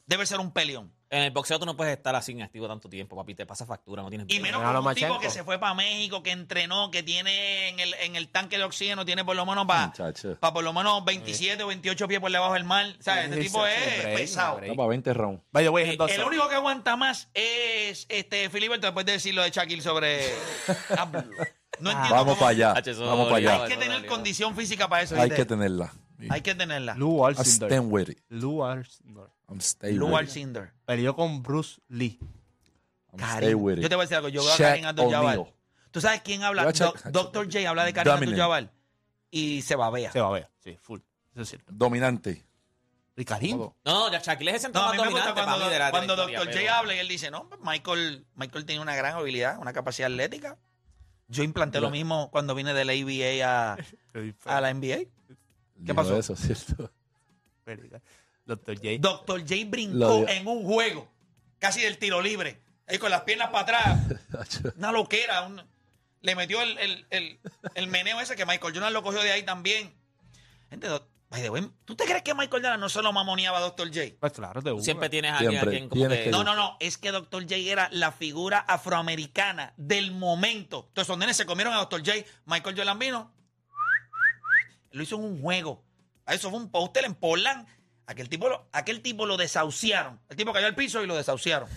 [SPEAKER 5] Debe ser un peleón.
[SPEAKER 7] En el boxeo tú no puedes estar así inactivo tanto tiempo, papi. Te pasa factura, no tienes
[SPEAKER 5] Y
[SPEAKER 7] break.
[SPEAKER 5] menos
[SPEAKER 9] Manolo
[SPEAKER 5] con un tipo
[SPEAKER 9] Machenko.
[SPEAKER 5] que se fue para México, que entrenó, que tiene en el, en el tanque de oxígeno, tiene por lo menos para
[SPEAKER 6] Muchacho.
[SPEAKER 5] por lo menos 27 o 28 pies por debajo del mar. O sea, este
[SPEAKER 8] Sí,
[SPEAKER 5] tipo
[SPEAKER 8] sí,
[SPEAKER 5] es
[SPEAKER 8] sí, break,
[SPEAKER 5] pesado.
[SPEAKER 8] break.
[SPEAKER 6] Está para 20 rounds.
[SPEAKER 8] By the way, es el
[SPEAKER 5] El
[SPEAKER 8] doctor.
[SPEAKER 5] único que aguanta más es este Filiberto después de decir lo de Shaquille
[SPEAKER 6] *laughs*
[SPEAKER 5] sobre Hablo. No entiendo
[SPEAKER 6] Ah, Vamos
[SPEAKER 5] cómo-
[SPEAKER 6] para allá.
[SPEAKER 7] Muchacho, eso
[SPEAKER 6] Vamos para
[SPEAKER 7] obligado.
[SPEAKER 5] Hay
[SPEAKER 6] allá.
[SPEAKER 5] que tener condición física para eso.
[SPEAKER 6] Hay
[SPEAKER 5] ¿viste?
[SPEAKER 6] que tenerla.
[SPEAKER 5] Hay que tenerla.
[SPEAKER 8] Lou
[SPEAKER 6] I'm staying with it.
[SPEAKER 8] Lou Alcindor.
[SPEAKER 6] I'm staying
[SPEAKER 5] Lou
[SPEAKER 6] with it.
[SPEAKER 5] Alcindor.
[SPEAKER 8] Peleó con Bruce Lee.
[SPEAKER 6] I'm staying
[SPEAKER 5] Karim.
[SPEAKER 6] with it.
[SPEAKER 5] Yo te voy a decir algo. Yo veo a
[SPEAKER 6] Shaq
[SPEAKER 5] Karim Abdul-Jabbar.
[SPEAKER 6] O'Neal.
[SPEAKER 5] ¿Tú sabes quién habla?
[SPEAKER 6] Yo a Shaq-
[SPEAKER 5] Do- Dr. J habla de Karim
[SPEAKER 6] Dominant.
[SPEAKER 5] Abdul-Jabbar y se babea.
[SPEAKER 8] Se va a ver. Sí, full. Eso es cierto.
[SPEAKER 6] Dominante.
[SPEAKER 8] Ricarín.
[SPEAKER 7] No, ya Shaquille es el
[SPEAKER 5] No,
[SPEAKER 7] centro
[SPEAKER 5] a
[SPEAKER 7] más
[SPEAKER 5] mí me gusta
[SPEAKER 7] dominante para mí de la de
[SPEAKER 5] cuando,
[SPEAKER 7] la
[SPEAKER 5] cuando
[SPEAKER 7] historia,
[SPEAKER 5] Dr. J
[SPEAKER 7] pero-
[SPEAKER 5] habla y él dice, no, pues, Michael, Michael tiene una gran habilidad, una capacidad atlética. Yo implanté lo mismo cuando vine de la ABA a, a la NBA.
[SPEAKER 6] Dijo
[SPEAKER 5] pasó?
[SPEAKER 6] Eso, *laughs* ¿cierto?
[SPEAKER 8] Doctor J.
[SPEAKER 5] Dr. J
[SPEAKER 6] Lo
[SPEAKER 5] brincó
[SPEAKER 6] dio.
[SPEAKER 5] en un juego, casi del tiro libre, ahí con las piernas para atrás. una loquera. un- le metió el, el- el- el meneo ese que Michael Jordan lo cogió de ahí también. Gente, doc- by the way, ¿tú te crees que Michael Jordan no solo mamoneaba a Dr. J?
[SPEAKER 8] Pues claro, de
[SPEAKER 7] Tú
[SPEAKER 8] una.
[SPEAKER 7] Siempre tienes a alguien a
[SPEAKER 6] Siempre.
[SPEAKER 7] quien como
[SPEAKER 6] Tienes
[SPEAKER 7] que...
[SPEAKER 6] que-
[SPEAKER 5] No, no, no. Es que Dr. J era la figura afroamericana del momento. Entonces, los nenes se comieron a Dr. J. Michael Jordan vino. Lo hizo en un juego. Eso fue un póster en Portland. Aquel tipo, lo, aquel tipo lo desahuciaron. El tipo cayó al piso y lo desahuciaron.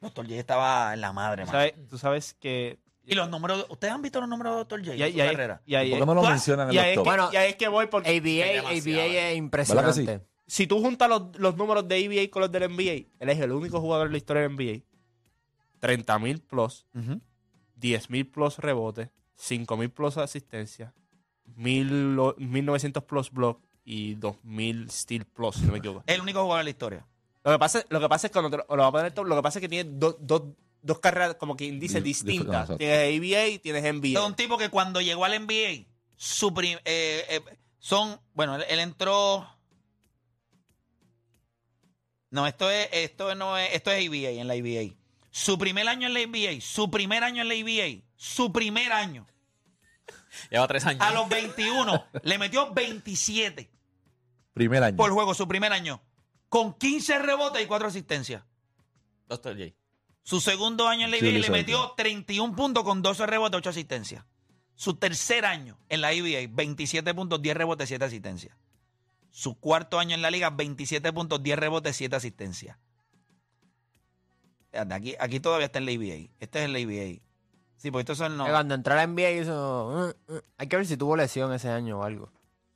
[SPEAKER 5] Dr. J estaba en la madre,
[SPEAKER 8] Tú
[SPEAKER 5] man.
[SPEAKER 8] sabes, tú sabes que.
[SPEAKER 5] Y los números. de- ¿Ustedes han visto los números de Dr. J?
[SPEAKER 8] Y
[SPEAKER 5] en
[SPEAKER 8] ahí,
[SPEAKER 5] su
[SPEAKER 8] y ahí-
[SPEAKER 5] carrera?
[SPEAKER 8] y ahí-
[SPEAKER 6] ¿Por qué no lo
[SPEAKER 5] Tú-
[SPEAKER 6] mencionan en
[SPEAKER 8] y ahí es
[SPEAKER 6] los
[SPEAKER 8] que,
[SPEAKER 6] top?
[SPEAKER 9] Bueno,
[SPEAKER 8] y ahí es que voy porque.
[SPEAKER 9] ABA, ABA es impresionante.
[SPEAKER 6] ¿Verdad que
[SPEAKER 8] si tú juntas los, los números de ABA con los del NBA, él es el único jugador en la historia del NBA. 30.000 plus, 10.000 plus rebotes, 5.000 plus asistencia, 1000 lo- 1.900 plus block y 2.000 steal plus, si no me equivoco.
[SPEAKER 5] El único jugador en la historia.
[SPEAKER 8] Lo que pasa, lo que pasa es que cuando te lo, lo va a poner todo, lo que pasa es que tiene dos- dos- dos carreras, como quien dice,
[SPEAKER 6] Dif-
[SPEAKER 8] distintas.
[SPEAKER 6] diferentes,
[SPEAKER 8] Tienes ABA y tienes NBA.
[SPEAKER 5] Es un tipo que cuando llegó al NBA, su prim- eh, eh, son, bueno, él, él entró. No, esto es, esto no es, esto es ABA en la ABA. Su primer año en la ABA, su primer año en la ABA, su primer año.
[SPEAKER 7] Lleva tres años.
[SPEAKER 5] A los 21 le metió 27
[SPEAKER 6] Primer año.
[SPEAKER 5] por juego, su primer año. Con 15 rebotes y 4 asistencias.
[SPEAKER 7] Dr. J.
[SPEAKER 5] Su segundo año en la
[SPEAKER 6] Sí,
[SPEAKER 5] IBA le
[SPEAKER 6] Lizardo.
[SPEAKER 5] metió 31 puntos con 12 rebotes, 8 asistencias. Su tercer año en la IBA, 27 puntos, 10 rebotes, 7 asistencias. Su cuarto año en la liga, 27 puntos, 10 rebotes, 7 asistencias. Espérate, Aquí, aquí todavía está en la IBA. Este es en la IBA. Sí, pues estos son los...
[SPEAKER 9] Que Cuando entró a la NBA hizo... "Mm, mm". Hay que ver si tuvo lesión ese año o algo.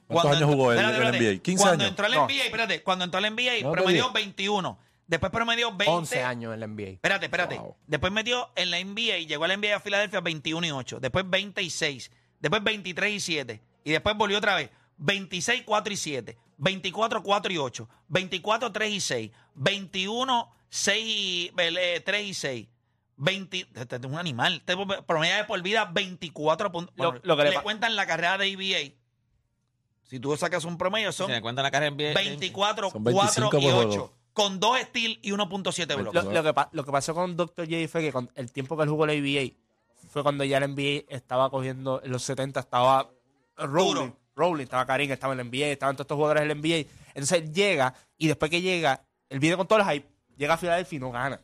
[SPEAKER 6] ¿Cuántos años jugó él
[SPEAKER 5] el
[SPEAKER 6] en el NBA? 15
[SPEAKER 5] cuando
[SPEAKER 6] años.
[SPEAKER 5] Entró al
[SPEAKER 8] No.
[SPEAKER 5] NBA, espérate, cuando entró al NBA,
[SPEAKER 6] No te
[SPEAKER 5] promedió
[SPEAKER 6] digo.
[SPEAKER 5] 21. Después promedió 20.
[SPEAKER 9] 11 años en la NBA.
[SPEAKER 5] Espérate, espérate.
[SPEAKER 6] Wow.
[SPEAKER 5] Después metió en la NBA y llegó a la NBA a Filadelfia 21 y 8. Después 26. Después 23 y 7. Y después volvió otra vez. 26, 4 y 7. 24, 4 y 8. 24, 3 y 6. 21, 6 y, eh, 3 y 6. 20, este es un animal. Este promedio de por vida 24 puntos.
[SPEAKER 8] Lo-
[SPEAKER 5] Bueno,
[SPEAKER 8] lo que
[SPEAKER 5] le
[SPEAKER 8] le pa-
[SPEAKER 5] cuentan la carrera de NBA. Si tú sacas un promedio,
[SPEAKER 7] Si
[SPEAKER 5] son
[SPEAKER 7] me cuentan la carrera en NBA.
[SPEAKER 5] 24,
[SPEAKER 6] Son
[SPEAKER 5] 4
[SPEAKER 6] 25
[SPEAKER 5] y
[SPEAKER 6] por
[SPEAKER 5] 8.
[SPEAKER 6] juego.
[SPEAKER 5] Con 2 steals y 1.7
[SPEAKER 8] Lo,
[SPEAKER 5] bloques.
[SPEAKER 8] lo que, pa- lo que pasó con Dr. J fue que con el tiempo que él jugó la NBA fue cuando ya la NBA estaba cogiendo, en los 70 estaba Rowling, Rowling, estaba Karim, estaba en la NBA, estaban todos estos jugadores en la NBA. Entonces él llega y después que llega, él viene con todo el hype, llega a Filadelfia y no gana.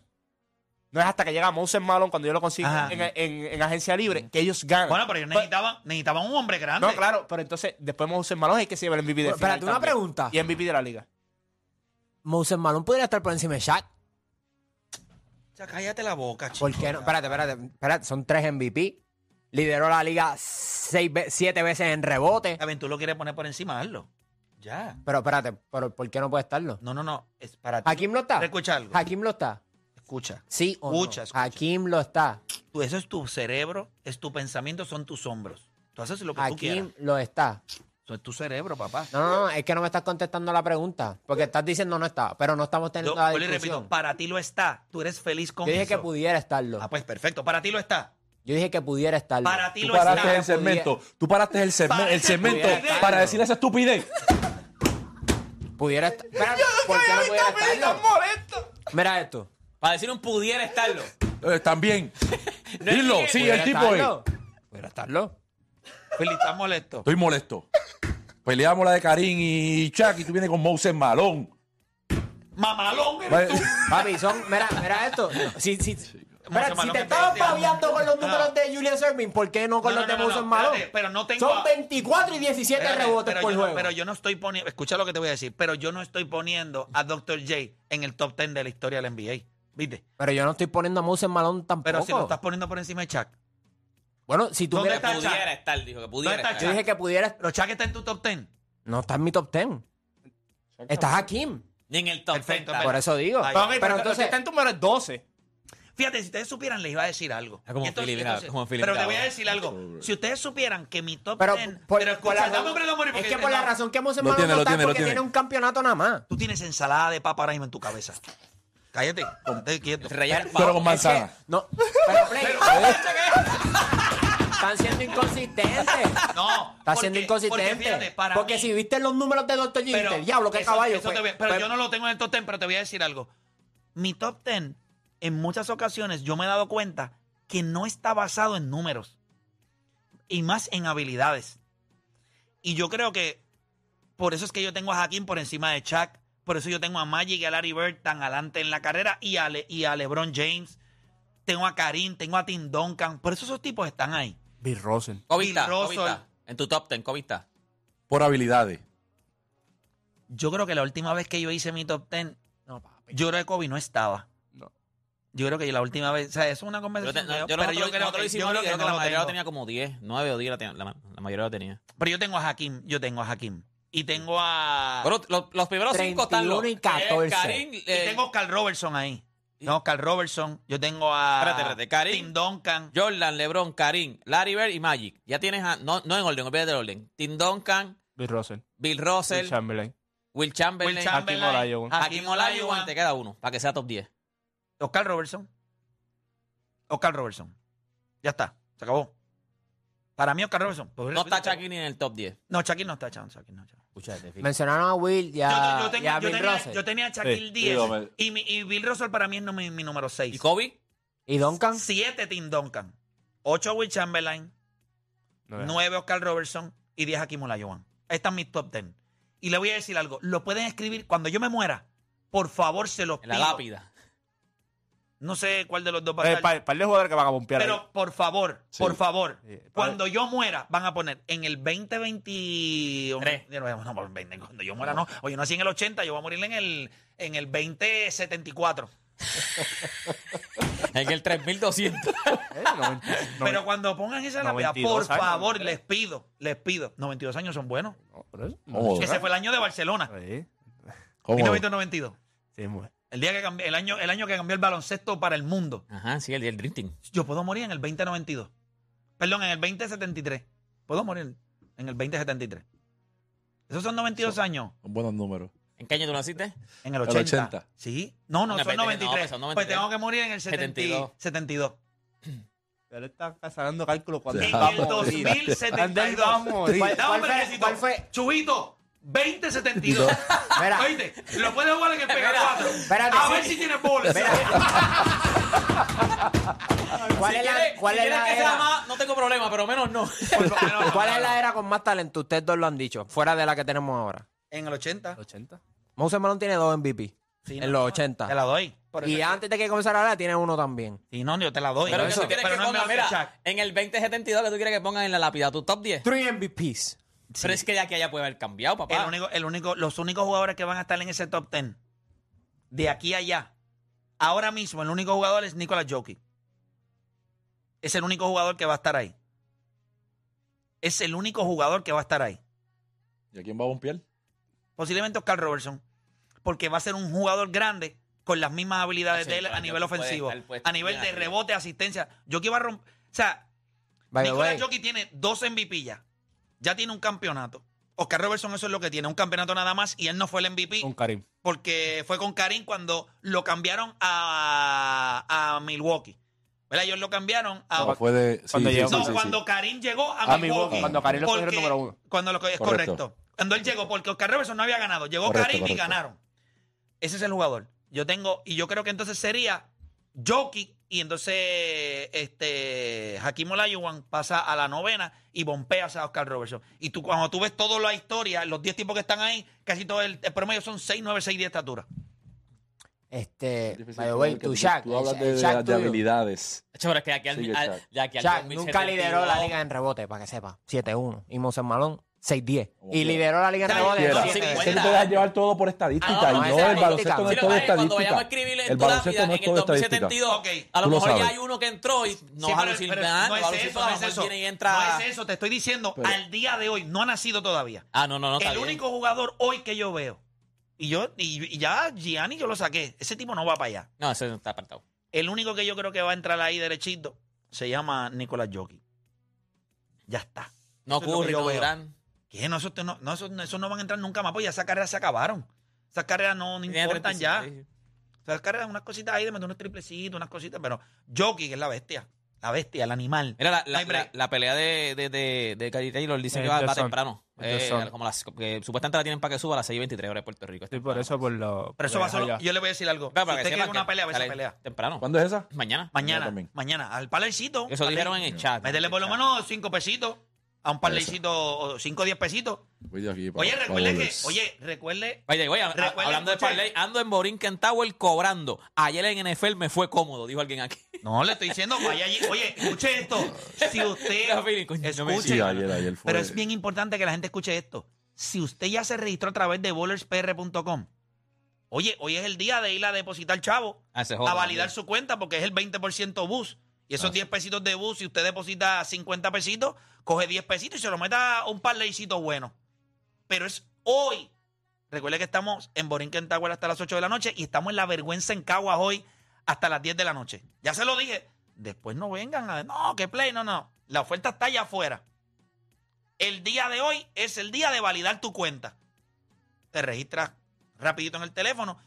[SPEAKER 8] No es hasta que llega Moses Malone cuando yo lo consigo
[SPEAKER 5] Ajá.
[SPEAKER 8] en, en- en agencia libre que ellos ganan. Pues,
[SPEAKER 5] Bueno, pero ellos necesitaban, necesitaban un hombre grande.
[SPEAKER 8] No, claro, pero entonces después Moses Malone es el que se lleva el MVP de
[SPEAKER 9] Pero,
[SPEAKER 8] final
[SPEAKER 9] espérate, una
[SPEAKER 8] también.
[SPEAKER 9] pregunta.
[SPEAKER 8] Y MVP de la liga.
[SPEAKER 9] Moses Malone podría estar por encima de Shaq.
[SPEAKER 5] O sea, cállate la boca, chico.
[SPEAKER 9] ¿Por qué no? Espérate, espérate, espérate. Son tres MVP. Lideró la liga seis, ve- siete veces en rebote.
[SPEAKER 5] Está bien, tú lo quieres poner por encima, hazlo. Ya.
[SPEAKER 9] Pero espérate, pero ¿por qué no puede estarlo?
[SPEAKER 5] No, no, no. Es para ti.
[SPEAKER 9] Hakim lo está.
[SPEAKER 5] Escucha algo.
[SPEAKER 9] Hakim lo está.
[SPEAKER 5] Escucha.
[SPEAKER 9] Sí o no?
[SPEAKER 5] Escucha, escucha.
[SPEAKER 9] Hakim lo está.
[SPEAKER 5] Tú- eso es tu cerebro, es tu pensamiento, son tus hombros. Tú haces lo que tú quieras.
[SPEAKER 9] Hakim lo está.
[SPEAKER 5] Eso es tu cerebro, papá.
[SPEAKER 9] No, no, no, es que no me estás contestando la pregunta. Porque estás diciendo no está, pero no estamos
[SPEAKER 5] Yo,
[SPEAKER 9] teniendo la
[SPEAKER 5] vuelvo y
[SPEAKER 9] discusión.
[SPEAKER 5] repito, para ti lo está. Tú eres feliz
[SPEAKER 9] Yo
[SPEAKER 5] con
[SPEAKER 9] dije
[SPEAKER 5] eso.
[SPEAKER 9] que pudiera estarlo.
[SPEAKER 5] Ah, pues perfecto. Para ti lo está.
[SPEAKER 9] Yo dije que pudiera estarlo.
[SPEAKER 5] Para ti
[SPEAKER 6] Tú
[SPEAKER 5] lo
[SPEAKER 6] paraste
[SPEAKER 5] está.
[SPEAKER 6] el segmento. Tú paraste el segmento, el
[SPEAKER 5] Parece
[SPEAKER 6] segmento
[SPEAKER 5] estupidez.
[SPEAKER 6] para decir esa estupidez.
[SPEAKER 9] Pudiera estar. Espérate, ¿por qué no pudiera estarlo? Mira esto.
[SPEAKER 7] Para decir un pudiera estarlo.
[SPEAKER 6] Eh, también. Dilo,
[SPEAKER 7] dije-
[SPEAKER 6] sí,
[SPEAKER 9] ¿Pudiera
[SPEAKER 6] el tipo es.
[SPEAKER 9] estarlo? ¿Pudiera estarlo?
[SPEAKER 5] Feliz, estás molesto.
[SPEAKER 6] Estoy molesto. Peleamos la de Karim y Chuck y tú vienes con Moses Malón.
[SPEAKER 5] Mamalón. eres
[SPEAKER 6] Vale.
[SPEAKER 5] tú.
[SPEAKER 9] *laughs* Papi, son. Mira, mira esto. No, Si, si, mira,
[SPEAKER 5] Moses
[SPEAKER 9] si
[SPEAKER 5] Malone
[SPEAKER 9] te
[SPEAKER 5] que
[SPEAKER 9] estabas
[SPEAKER 5] te- te-
[SPEAKER 9] paviando con los
[SPEAKER 5] No.
[SPEAKER 9] números de Julian Serving, ¿por qué no con
[SPEAKER 5] No,
[SPEAKER 9] los
[SPEAKER 5] no, no,
[SPEAKER 9] de
[SPEAKER 5] no,
[SPEAKER 9] Moses
[SPEAKER 5] no,
[SPEAKER 9] Malone?
[SPEAKER 5] espérate, pero no tengo
[SPEAKER 9] Son
[SPEAKER 5] a-
[SPEAKER 9] 24 y 17
[SPEAKER 5] Espérate,
[SPEAKER 9] rebotes
[SPEAKER 5] pero
[SPEAKER 9] por
[SPEAKER 5] yo no-
[SPEAKER 9] juego.
[SPEAKER 5] pero yo no estoy poniendo, escucha lo que te voy a decir, pero yo no estoy poniendo a Dr. J en el top 10 de la historia del NBA. ¿Viste?
[SPEAKER 9] Pero yo no estoy poniendo a Moses Malone tampoco.
[SPEAKER 5] Pero si lo estás poniendo por encima de Chuck.
[SPEAKER 9] Bueno, si tú
[SPEAKER 5] ¿Dónde
[SPEAKER 9] hubieras-
[SPEAKER 5] está
[SPEAKER 7] Que pudiera
[SPEAKER 5] Shaq?
[SPEAKER 7] estar, dijo que pudiera
[SPEAKER 5] ¿Dónde está
[SPEAKER 7] estar.
[SPEAKER 9] Yo dije que pudieras.
[SPEAKER 5] Pero Chuck está en tu top 10.
[SPEAKER 9] No está en mi top 10. Está Hakim.
[SPEAKER 7] Ni en el top
[SPEAKER 5] Perfecto,
[SPEAKER 7] 30.
[SPEAKER 9] Por eso digo.
[SPEAKER 5] Ay,
[SPEAKER 8] Ok,
[SPEAKER 9] pero,
[SPEAKER 8] pero
[SPEAKER 9] entonces.
[SPEAKER 8] entonces está en tu número es 12.
[SPEAKER 5] Fíjate, si ustedes supieran, les iba a decir algo.
[SPEAKER 7] Ah, como
[SPEAKER 5] Y entonces-
[SPEAKER 7] Philip, mira,
[SPEAKER 5] entonces-
[SPEAKER 7] como Philip
[SPEAKER 5] pero te
[SPEAKER 7] Bravo.
[SPEAKER 5] voy a decir algo. Si ustedes supieran que mi top
[SPEAKER 9] Pero,
[SPEAKER 5] 10.
[SPEAKER 9] por-
[SPEAKER 5] pero
[SPEAKER 9] por
[SPEAKER 5] escucha,
[SPEAKER 9] la
[SPEAKER 5] dame un
[SPEAKER 9] razón-
[SPEAKER 5] break, Mori,
[SPEAKER 9] es
[SPEAKER 5] porque
[SPEAKER 9] que por
[SPEAKER 5] no.
[SPEAKER 9] la razón que Moses
[SPEAKER 6] Lo
[SPEAKER 9] Malone
[SPEAKER 6] tiene,
[SPEAKER 9] no
[SPEAKER 6] lo
[SPEAKER 9] está
[SPEAKER 6] tiene, lo
[SPEAKER 9] porque
[SPEAKER 6] tiene.
[SPEAKER 9] tiene un campeonato nada más.
[SPEAKER 5] Tú tienes ensalada de papa ahora mismo en tu cabeza. Cállate, ponte quieto.
[SPEAKER 7] Rayar
[SPEAKER 6] Pero con
[SPEAKER 9] Es que-
[SPEAKER 6] manzana.
[SPEAKER 9] no,
[SPEAKER 5] *laughs*
[SPEAKER 9] pero Play, están siendo inconsistentes.
[SPEAKER 5] No,
[SPEAKER 9] Está
[SPEAKER 5] porque- Porque,
[SPEAKER 9] siendo inconsistente.
[SPEAKER 5] fíjate, para
[SPEAKER 9] porque
[SPEAKER 5] mí-
[SPEAKER 9] si viste los números de Dr. Jekyll,
[SPEAKER 5] Pero
[SPEAKER 9] diablo, qué
[SPEAKER 5] eso-
[SPEAKER 9] caballo. pues.
[SPEAKER 5] eso te voy- pero yo no lo tengo en el top 10, pero te voy a decir algo. Mi top 10, en muchas ocasiones, yo me he dado cuenta que no está basado en números y más en habilidades. Y yo creo que por eso es que yo tengo a Hakim por encima de Chuck, por eso yo tengo a Magic y a Larry Bird tan adelante en la carrera y a, Le- y a LeBron James. Tengo a Karim, tengo a Tim Duncan. Por eso esos tipos están ahí.
[SPEAKER 8] Bill Rosen.
[SPEAKER 7] Kobe
[SPEAKER 5] Bill
[SPEAKER 7] está, Kobe
[SPEAKER 5] Russell.
[SPEAKER 7] está. En tu top 10, Kobe está.
[SPEAKER 6] Por habilidades.
[SPEAKER 5] Yo creo que la última vez que yo hice mi top 10, yo creo que Kobe no estaba.
[SPEAKER 8] No.
[SPEAKER 5] Yo creo que la última vez, o sea, es una
[SPEAKER 7] Yo, te-
[SPEAKER 5] conversación. que
[SPEAKER 7] no,
[SPEAKER 5] yo-
[SPEAKER 7] yo
[SPEAKER 5] pero
[SPEAKER 7] nosotros-
[SPEAKER 5] yo creo
[SPEAKER 7] nosotros
[SPEAKER 5] que, yo
[SPEAKER 7] hicimos
[SPEAKER 5] creo
[SPEAKER 7] algo y creo
[SPEAKER 5] que
[SPEAKER 7] que la
[SPEAKER 5] no
[SPEAKER 7] mayoría
[SPEAKER 5] tengo.
[SPEAKER 7] lo tenía como 10, 9 o 10, la, tenía- la ma- la mayoría lo tenía.
[SPEAKER 5] Pero yo tengo a Hakim, yo tengo a Hakim. Y tengo a.
[SPEAKER 7] Pero lo- los primeros 5 están los
[SPEAKER 9] 31 y 14.
[SPEAKER 7] eh, Karim,
[SPEAKER 5] Ah. y
[SPEAKER 7] eh,
[SPEAKER 5] tengo a Carl Robertson ahí. No, Carl Robertson. Yo tengo a.
[SPEAKER 7] Espérate, espérate, Karim.
[SPEAKER 5] Tim Duncan.
[SPEAKER 7] Jordan, LeBron, Karim, Larry Bird y Magic. Ya tienes a, no, no en orden, olvídate del orden. Tim Duncan,
[SPEAKER 8] Bill Rosen.
[SPEAKER 7] Bill Russell,
[SPEAKER 8] Will Chamberlain.
[SPEAKER 7] Will Chamberlain,
[SPEAKER 5] Will Chamberlain,
[SPEAKER 8] Hakim Olajuwon.
[SPEAKER 7] Hakim Olajuwon,
[SPEAKER 5] Olajuwon,
[SPEAKER 7] te queda uno para que sea top 10.
[SPEAKER 5] Oscar Robertson. Oscar Robertson. Ya está, se acabó. Para mí, Oscar Robertson.
[SPEAKER 7] No está Shaquille ni en el top 10.
[SPEAKER 5] No, Shaquille no está, Shaquille no está.
[SPEAKER 7] Escúchate, Phil.
[SPEAKER 9] Mencionaron a Will y
[SPEAKER 5] Yo,
[SPEAKER 9] a,
[SPEAKER 5] yo tengo-
[SPEAKER 9] Ah, y a
[SPEAKER 5] yo
[SPEAKER 9] Bill
[SPEAKER 5] tenía,
[SPEAKER 9] Russell.
[SPEAKER 5] yo tenía a Shaquille
[SPEAKER 6] Sí,
[SPEAKER 5] 10
[SPEAKER 6] dígame.
[SPEAKER 5] y, mi- y Bill Russell para mí es no mi, mi número 6.
[SPEAKER 7] ¿Y Kobe?
[SPEAKER 9] ¿Y Duncan?
[SPEAKER 5] 7 Tim Duncan, 8 Will Chamberlain, 9 Oscar Robertson y 10 Hakim Olajuwon. Esta es mi top 10. Y le voy a decir algo, lo pueden escribir cuando yo me muera. Por favor, se los
[SPEAKER 7] En la
[SPEAKER 5] pido.
[SPEAKER 7] lápida. *laughs*
[SPEAKER 5] No sé cuál de los dos va a
[SPEAKER 8] Eh,
[SPEAKER 5] estar.
[SPEAKER 8] par, par de jugadores que van a bombear ahí.
[SPEAKER 5] Pero por favor, por favor,
[SPEAKER 8] Sí, para-
[SPEAKER 5] cuando yo muera, van a poner en el 2021.
[SPEAKER 7] Tres.
[SPEAKER 5] No, no, por 20, cuando yo muera, no. Oye, yo nací en el 80, yo voy a morir en el, en el 2074.
[SPEAKER 7] En el 3200.
[SPEAKER 8] Eh, 90,
[SPEAKER 5] *laughs* Pero cuando pongan esa lápida,
[SPEAKER 8] 92
[SPEAKER 5] por
[SPEAKER 8] años,
[SPEAKER 5] favor,
[SPEAKER 8] ¿no?
[SPEAKER 5] les pido, les pido. 92 años son buenos.
[SPEAKER 8] No, por eso.
[SPEAKER 6] Cómodo.
[SPEAKER 5] Que se fue el año de Barcelona,
[SPEAKER 8] Sí,
[SPEAKER 6] Cómodo.
[SPEAKER 5] 1992.
[SPEAKER 8] Eh, sí, muy-
[SPEAKER 5] El día que cambió, el año, el año que cambió el baloncesto para el mundo.
[SPEAKER 7] Ajá, sí, el, el Dream Team.
[SPEAKER 5] Yo puedo morir en el 2092. Perdón, en el 2073. Puedo morir en el 2073. Esos son 92 años.
[SPEAKER 6] Son buenos números.
[SPEAKER 7] ¿En qué año tú naciste?
[SPEAKER 5] En el
[SPEAKER 6] El
[SPEAKER 5] 80.
[SPEAKER 6] 80.
[SPEAKER 5] Sí. No, no,
[SPEAKER 7] En el
[SPEAKER 5] son
[SPEAKER 7] 20, no,
[SPEAKER 5] 93.
[SPEAKER 7] son
[SPEAKER 5] Pues
[SPEAKER 7] 93.
[SPEAKER 5] tengo que morir en el 70 y-
[SPEAKER 7] 72.
[SPEAKER 5] 72.
[SPEAKER 8] Pero él está sacando cálculos cuando
[SPEAKER 6] Sí.
[SPEAKER 8] él
[SPEAKER 5] En
[SPEAKER 8] va a
[SPEAKER 5] el
[SPEAKER 8] morir. Cuando él
[SPEAKER 5] 2072.
[SPEAKER 8] va a morir.
[SPEAKER 9] ¿Cuál-
[SPEAKER 5] Da
[SPEAKER 9] cuál
[SPEAKER 5] hombre
[SPEAKER 9] fue-
[SPEAKER 5] necesito.
[SPEAKER 9] cuál fue?
[SPEAKER 5] Chubito, 2072.
[SPEAKER 9] *laughs* Mira.
[SPEAKER 5] Oíste, lo puedes jugar en el Pega 4.
[SPEAKER 9] espérate,
[SPEAKER 5] a
[SPEAKER 9] sí.
[SPEAKER 5] ver si tiene bolas. *laughs*
[SPEAKER 9] ¿Cuál es la, cuál es la
[SPEAKER 7] que sea
[SPEAKER 9] era?
[SPEAKER 7] más, no tengo problema, pero menos no.
[SPEAKER 9] ¿Cuál es la era con más talento? Ustedes dos lo han dicho, fuera de la que tenemos ahora.
[SPEAKER 5] En el 80.
[SPEAKER 8] 80.
[SPEAKER 9] Moses Malone tiene dos MVP
[SPEAKER 5] Sí,
[SPEAKER 9] en
[SPEAKER 5] no, no,
[SPEAKER 9] los
[SPEAKER 5] Te
[SPEAKER 9] 80.
[SPEAKER 5] la doy. Por
[SPEAKER 9] Y
[SPEAKER 5] eso-
[SPEAKER 9] antes de que comenzara ahora tiene uno también.
[SPEAKER 5] Sí, no, yo te la doy.
[SPEAKER 7] Pero, que tú
[SPEAKER 5] Eso.
[SPEAKER 7] quieres
[SPEAKER 5] Pero
[SPEAKER 7] que
[SPEAKER 5] no es
[SPEAKER 7] ponga,
[SPEAKER 5] mejor que
[SPEAKER 7] mira,
[SPEAKER 5] Shaq.
[SPEAKER 7] en el 2072 que tú quieres que pongan en la lápida tu top 10.
[SPEAKER 9] Three MVPs.
[SPEAKER 7] Pero es que de aquí a allá puede haber cambiado, papá.
[SPEAKER 5] El único, el único, los únicos jugadores que van a estar en ese top 10 de aquí a allá, ahora mismo, el único jugador es Nicolas Jokic. Es el único jugador que va a estar ahí. Es el único jugador que va a estar ahí.
[SPEAKER 6] ¿Y a quién va a bompear?
[SPEAKER 5] Posiblemente Oscar Robertson. Porque va a ser un jugador grande con las mismas habilidades
[SPEAKER 7] Ah, Sí,
[SPEAKER 5] de él
[SPEAKER 7] claro,
[SPEAKER 5] a nivel
[SPEAKER 7] Jokic puede
[SPEAKER 5] ofensivo.
[SPEAKER 7] estar puesto
[SPEAKER 5] A nivel
[SPEAKER 7] bien
[SPEAKER 5] de
[SPEAKER 7] arriba.
[SPEAKER 5] rebote, asistencia. Jokic va a romper. O sea,
[SPEAKER 9] By the
[SPEAKER 5] Nicolás
[SPEAKER 9] way,
[SPEAKER 5] Jokic tiene dos MVP ya. Ya tiene un campeonato. Oscar Robertson eso es lo que tiene, un campeonato nada más y él no fue el MVP
[SPEAKER 8] Con Karim.
[SPEAKER 5] porque fue con Karim cuando lo cambiaron a, a Milwaukee. ¿Verdad? Ellos lo cambiaron a...
[SPEAKER 6] No, Ah, fue de... sí,
[SPEAKER 8] Cuando
[SPEAKER 6] sí,
[SPEAKER 8] llegó.
[SPEAKER 6] sí,
[SPEAKER 5] No,
[SPEAKER 6] sí, sí.
[SPEAKER 5] Ah, cuando Karim llegó a,
[SPEAKER 8] A Milwaukee,
[SPEAKER 5] Milwaukee.
[SPEAKER 8] cuando Karim lo escogieron
[SPEAKER 5] porque-
[SPEAKER 8] número uno.
[SPEAKER 5] Cuando lo co- es correcto.
[SPEAKER 6] Correcto.
[SPEAKER 5] Cuando él llegó, porque Oscar Robertson no había ganado. Llegó
[SPEAKER 6] Correcto,
[SPEAKER 5] Karim y
[SPEAKER 6] correcto.
[SPEAKER 5] ganaron. Ese es el jugador. Yo tengo, y yo creo que entonces sería Jokic y entonces este Hakim Olajuwon pasa a la novena y bompeas a Oscar Robertson. Y tú cuando tú ves toda la historia, los 10 tipos que están ahí, casi todo el, el promedio son 6, 9, 6, 10 de estatura.
[SPEAKER 9] este,
[SPEAKER 6] Difícil
[SPEAKER 9] by the way, eh,
[SPEAKER 6] porque
[SPEAKER 9] tu
[SPEAKER 6] Eh, tú- eh,
[SPEAKER 9] Shaq,
[SPEAKER 6] Tú hablas
[SPEAKER 9] el
[SPEAKER 6] de, de-
[SPEAKER 9] Shaq
[SPEAKER 6] de
[SPEAKER 9] tuyo.
[SPEAKER 6] habilidades.
[SPEAKER 7] Che, pero es que de aquí al,
[SPEAKER 6] Sigue,
[SPEAKER 7] al-
[SPEAKER 6] Shaq.
[SPEAKER 7] de aquí al
[SPEAKER 9] Shaq
[SPEAKER 7] 2072,
[SPEAKER 9] nunca lideró la liga en rebote, para que sepa. 7-1. Y Moses Malone, 6-10.
[SPEAKER 6] Como
[SPEAKER 9] Y
[SPEAKER 6] quiera.
[SPEAKER 9] lideró la liga en
[SPEAKER 5] Como
[SPEAKER 9] rebote.
[SPEAKER 6] Quiera.
[SPEAKER 9] en
[SPEAKER 7] sí,
[SPEAKER 9] siete
[SPEAKER 6] Es
[SPEAKER 9] veces.
[SPEAKER 6] que tú te dejas llevar todo por estadística.
[SPEAKER 7] Ah,
[SPEAKER 6] y
[SPEAKER 7] no,
[SPEAKER 6] no,
[SPEAKER 7] esa
[SPEAKER 6] el
[SPEAKER 7] es
[SPEAKER 6] baloncesto no
[SPEAKER 9] estadística.
[SPEAKER 6] es
[SPEAKER 7] Mira,
[SPEAKER 6] todo
[SPEAKER 7] vaya, cuando vayamos a
[SPEAKER 6] estadística.
[SPEAKER 7] escribir en
[SPEAKER 6] El
[SPEAKER 7] tu
[SPEAKER 6] baloncesto
[SPEAKER 7] lápida,
[SPEAKER 6] no es
[SPEAKER 7] en el
[SPEAKER 6] todo estadística.
[SPEAKER 7] 2072,
[SPEAKER 5] Ok.
[SPEAKER 7] a lo
[SPEAKER 6] Tú lo
[SPEAKER 7] mejor ya
[SPEAKER 6] sabes.
[SPEAKER 7] hay uno que entró y no
[SPEAKER 5] Sí,
[SPEAKER 7] va a
[SPEAKER 5] pero-
[SPEAKER 7] lucir
[SPEAKER 5] pero
[SPEAKER 7] nada,
[SPEAKER 5] no
[SPEAKER 7] va a
[SPEAKER 5] es
[SPEAKER 7] lucir
[SPEAKER 5] eso,
[SPEAKER 7] nada, a lo
[SPEAKER 5] no es
[SPEAKER 7] mejor
[SPEAKER 5] eso.
[SPEAKER 7] viene y entra.
[SPEAKER 5] No es eso, te estoy diciendo,
[SPEAKER 6] Pero-
[SPEAKER 5] al día de hoy, no ha nacido todavía.
[SPEAKER 7] Ah, no, no, no, está
[SPEAKER 5] el
[SPEAKER 7] bien.
[SPEAKER 5] único jugador hoy que yo veo. Y yo, y, y ya Gianni yo lo saqué. Ese tipo no va para allá.
[SPEAKER 7] No, ese está apartado.
[SPEAKER 5] El único que yo creo que va a entrar ahí derechito se llama Nicolás Jockey. Ya está.
[SPEAKER 7] No
[SPEAKER 5] Eso es lo que
[SPEAKER 7] Curry,
[SPEAKER 5] yo
[SPEAKER 7] no
[SPEAKER 5] veo.
[SPEAKER 7] Durán.
[SPEAKER 5] Que no, eso, te- no, no, eso, no- eso no van a entrar nunca más, pues ya esas carreras se acabaron. Esas carreras no, no
[SPEAKER 7] Tiene
[SPEAKER 5] importan
[SPEAKER 7] 36,
[SPEAKER 5] ya.
[SPEAKER 7] sí.
[SPEAKER 5] Esas carreras, unas cositas ahí, de meter unos triplecitos, unas cositas, pero Jockey, que es la bestia. La bestia, el animal.
[SPEAKER 7] Mira, la,
[SPEAKER 5] No
[SPEAKER 7] la,
[SPEAKER 5] hay break.
[SPEAKER 7] la- la pelea de, de, de, de Kyrie Taylor dice
[SPEAKER 8] Eh,
[SPEAKER 7] que va, va
[SPEAKER 8] Johnson.
[SPEAKER 7] temprano. Eh,
[SPEAKER 8] Johnson.
[SPEAKER 7] como las, que supuestamente la tienen para que suba a las 6.23 horas de Puerto Rico.
[SPEAKER 8] Sí, por eso, por lo.
[SPEAKER 7] pues,
[SPEAKER 5] pero eso va solo. Yo le voy a decir algo.
[SPEAKER 7] Espera,
[SPEAKER 5] si
[SPEAKER 7] para
[SPEAKER 5] usted
[SPEAKER 7] que
[SPEAKER 5] quiere
[SPEAKER 7] sepan
[SPEAKER 5] una
[SPEAKER 7] que
[SPEAKER 5] pelea, ve esa
[SPEAKER 7] sale
[SPEAKER 5] pelea.
[SPEAKER 7] Temprano.
[SPEAKER 6] ¿Mañana ¿Cuándo es esa?
[SPEAKER 7] Mañana.
[SPEAKER 5] Mañana,
[SPEAKER 6] también.
[SPEAKER 5] mañana, al palercito.
[SPEAKER 7] Eso
[SPEAKER 5] Dale.
[SPEAKER 7] dijeron en el chat.
[SPEAKER 5] Métele por lo
[SPEAKER 7] En el
[SPEAKER 5] menos cinco pesitos a un parlecito o 5 o 10 pesitos.
[SPEAKER 6] Voy de aquí para-
[SPEAKER 5] Oye,
[SPEAKER 6] para
[SPEAKER 5] recuerde que,
[SPEAKER 6] Dollars.
[SPEAKER 5] oye, recuerde,
[SPEAKER 7] Vaya, vaya,
[SPEAKER 5] Recuerden,
[SPEAKER 7] hablando de
[SPEAKER 5] escuchen.
[SPEAKER 7] parlay, ando en Borinquen Tower cobrando. Ayer en NFL me fue cómodo, dijo alguien aquí.
[SPEAKER 5] no le estoy diciendo, vaya allí, oye, escuche esto.
[SPEAKER 7] *laughs*
[SPEAKER 5] Si
[SPEAKER 7] Deja,
[SPEAKER 5] usted
[SPEAKER 7] Fili, coño, no me
[SPEAKER 5] escuche,
[SPEAKER 6] Sí, ayer, ayer fue-
[SPEAKER 5] pero es bien importante que la gente escuche esto. Si usted ya se registró a través de bowlerspr.com, oye, hoy es el día de ir a depositar chavo,
[SPEAKER 7] Ah, se joda,
[SPEAKER 5] a validar
[SPEAKER 7] hombre.
[SPEAKER 5] su cuenta porque es el 20% bus. Y esos 10 pesitos de bus, si usted deposita 50 pesitos, coge 10 pesitos y se lo meta a un parleycito bueno. Pero es hoy. Recuerde que estamos en Borinquen Tower hasta las 8 de la noche y estamos en La Vergüenza en Caguas hoy hasta las 10 de la noche. Ya se lo dije. Después no vengan a... No, que play, no, no. La oferta está allá afuera. El día de hoy es el día de validar tu cuenta. Te registras rapidito en el teléfono.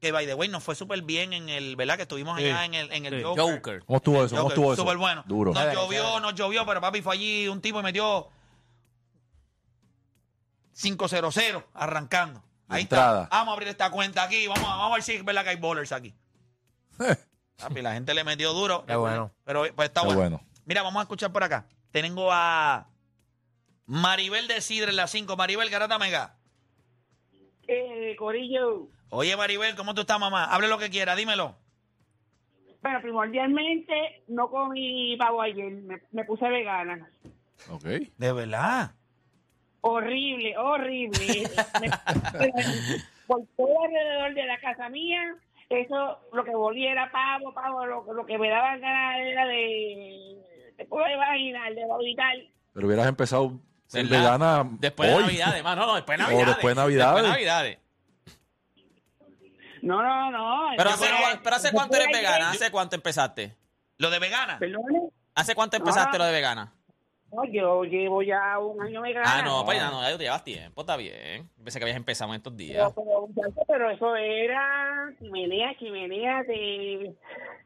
[SPEAKER 5] Que, by the way, nos fue súper bien en el... ¿Verdad? Que estuvimos
[SPEAKER 8] Sí,
[SPEAKER 5] allá en el, en el
[SPEAKER 8] sí.
[SPEAKER 5] Joker.
[SPEAKER 7] Joker.
[SPEAKER 6] ¿Cómo estuvo eso? ¿Cómo
[SPEAKER 5] Joker,
[SPEAKER 6] estuvo eso?
[SPEAKER 5] Súper bueno.
[SPEAKER 6] Duro. *laughs*
[SPEAKER 5] Nos
[SPEAKER 9] Chévere,
[SPEAKER 5] llovió,
[SPEAKER 9] chévere.
[SPEAKER 5] nos llovió, pero papi fue allí un tipo y metió 5-0-0 arrancando.
[SPEAKER 6] De
[SPEAKER 5] Ahí
[SPEAKER 6] entrada.
[SPEAKER 5] está. Vamos a abrir esta cuenta aquí. Vamos, a- vamos a ver si es verdad que hay bowlers aquí. Papi, la gente le metió duro.
[SPEAKER 9] Qué bueno.
[SPEAKER 5] Pero pues, está
[SPEAKER 6] Qué
[SPEAKER 5] bueno.
[SPEAKER 6] bueno.
[SPEAKER 5] Mira, vamos a escuchar por acá. Tengo a Maribel de Sidre en la 5. Maribel Garata Mega.
[SPEAKER 11] Eh, Corillo,
[SPEAKER 5] Oye, Maribel, ¿cómo tú estás, mamá? Hable lo que quiera, dímelo.
[SPEAKER 11] bueno, primordialmente no comí pavo ayer, me, me puse vegana.
[SPEAKER 6] Ok.
[SPEAKER 5] De verdad.
[SPEAKER 11] Horrible, horrible. Me- por todo alrededor de la casa mía, eso lo que volía era pavo, pavo, lo, lo que me daba ganas era de, te puedo imaginar, de vomitar.
[SPEAKER 6] Pero hubieras empezado ser
[SPEAKER 7] ¿Verdad?
[SPEAKER 6] vegana
[SPEAKER 7] Después de
[SPEAKER 6] hoy. *laughs*
[SPEAKER 7] Navidades, mano, no, después de
[SPEAKER 6] O
[SPEAKER 7] Navidades.
[SPEAKER 6] después de Navidades.
[SPEAKER 7] Después de Navidades.
[SPEAKER 11] No, no, no.
[SPEAKER 7] Pero
[SPEAKER 11] Yo
[SPEAKER 7] hace,
[SPEAKER 11] fui
[SPEAKER 7] cuan-
[SPEAKER 11] ayer-
[SPEAKER 7] pero hace
[SPEAKER 11] yo
[SPEAKER 7] cuánto
[SPEAKER 11] fui
[SPEAKER 7] eres
[SPEAKER 11] ayer-
[SPEAKER 7] vegana, hace cuánto empezaste.
[SPEAKER 5] Lo de vegana.
[SPEAKER 11] Perdone.
[SPEAKER 7] ¿Hace cuánto empezaste
[SPEAKER 11] Ah.
[SPEAKER 7] lo de vegana?
[SPEAKER 9] No, yo llevo ya un año de
[SPEAKER 7] Ah,
[SPEAKER 9] grana.
[SPEAKER 7] no, pues ya no, ya tú llevas tiempo, está bien. Pensé que habías empezado en estos días.
[SPEAKER 9] Pero, pero, muchacho, pero eso era chimenea, chimenea de...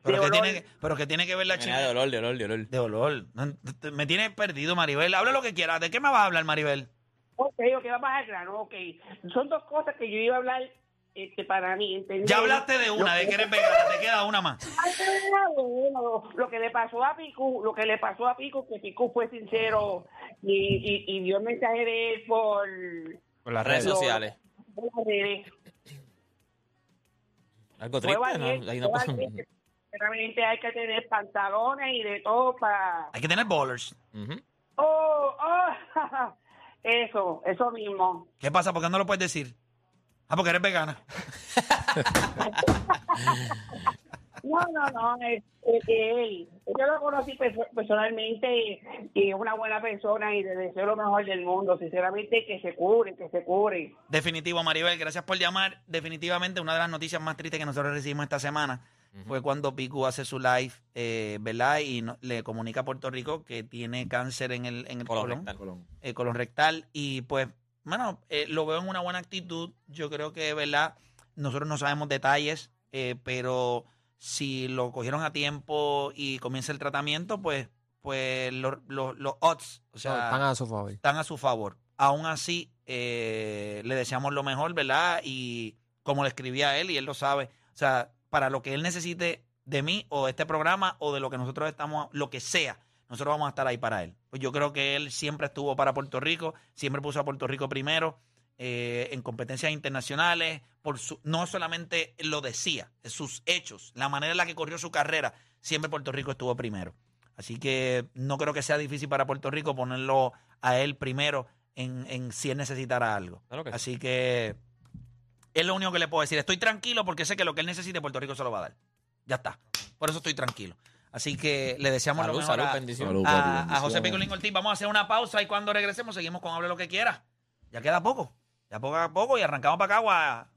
[SPEAKER 5] Pero que, tiene, que- pero que tiene que ver la
[SPEAKER 7] Mira, de
[SPEAKER 5] chimenea.
[SPEAKER 7] olor, de olor, de olor.
[SPEAKER 5] De olor. No, te- Me tienes perdido, Maribel. Habla lo que quieras. ¿De qué me vas a hablar, Maribel?
[SPEAKER 9] Ok, ok, vamos al grano, ok. Son dos cosas que yo iba a hablar este, para mí, ¿entendés?
[SPEAKER 5] Ya hablaste de una,
[SPEAKER 9] Lo
[SPEAKER 5] de
[SPEAKER 9] que-
[SPEAKER 5] que eres vegana. Te queda una más.
[SPEAKER 9] Ay, pero bueno, Lo que le pasó a Picu, lo que le pasó a Picu, que Picu fue sincero y, y, y dio el mensaje de él por
[SPEAKER 8] Por las
[SPEAKER 7] Redes
[SPEAKER 8] redes.
[SPEAKER 7] sociales.
[SPEAKER 9] por las redes.
[SPEAKER 7] Algo
[SPEAKER 9] Fue
[SPEAKER 7] triste, ¿no?
[SPEAKER 9] valiente,
[SPEAKER 7] Ahí no
[SPEAKER 9] fue
[SPEAKER 7] pasa nada.
[SPEAKER 9] valiente. Realmente hay que tener pantalones y de todo para...
[SPEAKER 5] Hay que tener bowlers.
[SPEAKER 7] Ujú.
[SPEAKER 9] Oh, oh, *laughs* eso, eso mismo.
[SPEAKER 5] ¿Qué pasa? ¿Por qué no lo puedes decir? Ah, porque eres vegana.
[SPEAKER 9] No, no, no, es, es que él- yo lo conocí perso- personalmente y, y es una buena persona y le deseo lo mejor del mundo, sinceramente, que se cure, que se cure.
[SPEAKER 5] Definitivo, Maribel, gracias por llamar. Definitivamente, una de las noticias más tristes que nosotros recibimos esta semana fue cuando Piku hace su live, eh, ¿verdad? Y no- le comunica a Puerto Rico que tiene cáncer en el, en el
[SPEAKER 7] Colon
[SPEAKER 5] colon,
[SPEAKER 7] rectal.
[SPEAKER 5] eh, colon rectal. Y pues, bueno, eh, lo veo en una buena actitud. Yo creo que, ¿verdad? Nosotros no sabemos detalles, eh, pero si lo cogieron a tiempo y comienza el tratamiento, pues, pues lo- lo- los odds, o sea,
[SPEAKER 3] están a su favor.
[SPEAKER 5] están a su favor. Aún así, eh, le deseamos lo mejor, ¿verdad? Y como le escribí a él, y él lo sabe, o sea, para lo que él necesite de mí o de este programa o de lo que nosotros estamos, lo que sea, nosotros vamos a estar ahí para él. Pues yo creo que él siempre estuvo para Puerto Rico, siempre puso a Puerto Rico primero eh, en competencias internacionales, por su- no solamente lo decía, sus hechos, la manera en la que corrió su carrera, siempre Puerto Rico estuvo primero. Así que no creo que sea difícil para Puerto Rico ponerlo a él primero en, en si él necesitara algo.
[SPEAKER 7] Claro que sí.
[SPEAKER 5] Así que es lo único que le puedo decir. Estoy tranquilo porque sé que lo que él necesite Puerto Rico se lo va a dar. Ya está. Por eso estoy tranquilo. Así que le deseamos
[SPEAKER 7] Salud,
[SPEAKER 5] lo mejor
[SPEAKER 7] salud,
[SPEAKER 5] a-
[SPEAKER 7] bendición.
[SPEAKER 6] Salud, papi,
[SPEAKER 5] a, a
[SPEAKER 6] bendiciones.
[SPEAKER 5] José Picolín Ortiz. Vamos a hacer una pausa y cuando regresemos seguimos con Hable lo que quiera. Ya queda poco. Ya poco a poco y arrancamos para acá.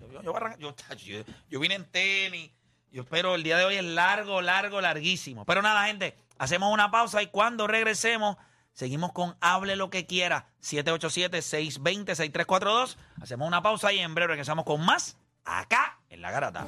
[SPEAKER 5] Yo, yo- yo arran- yo- yo- yo vine en tenis. Yo espero el día de hoy es largo, largo, larguísimo. Pero nada, gente, hacemos una pausa y cuando regresemos seguimos con Hable lo que quiera. 787-620-6342. Hacemos una pausa y en breve regresamos con más acá en la garata.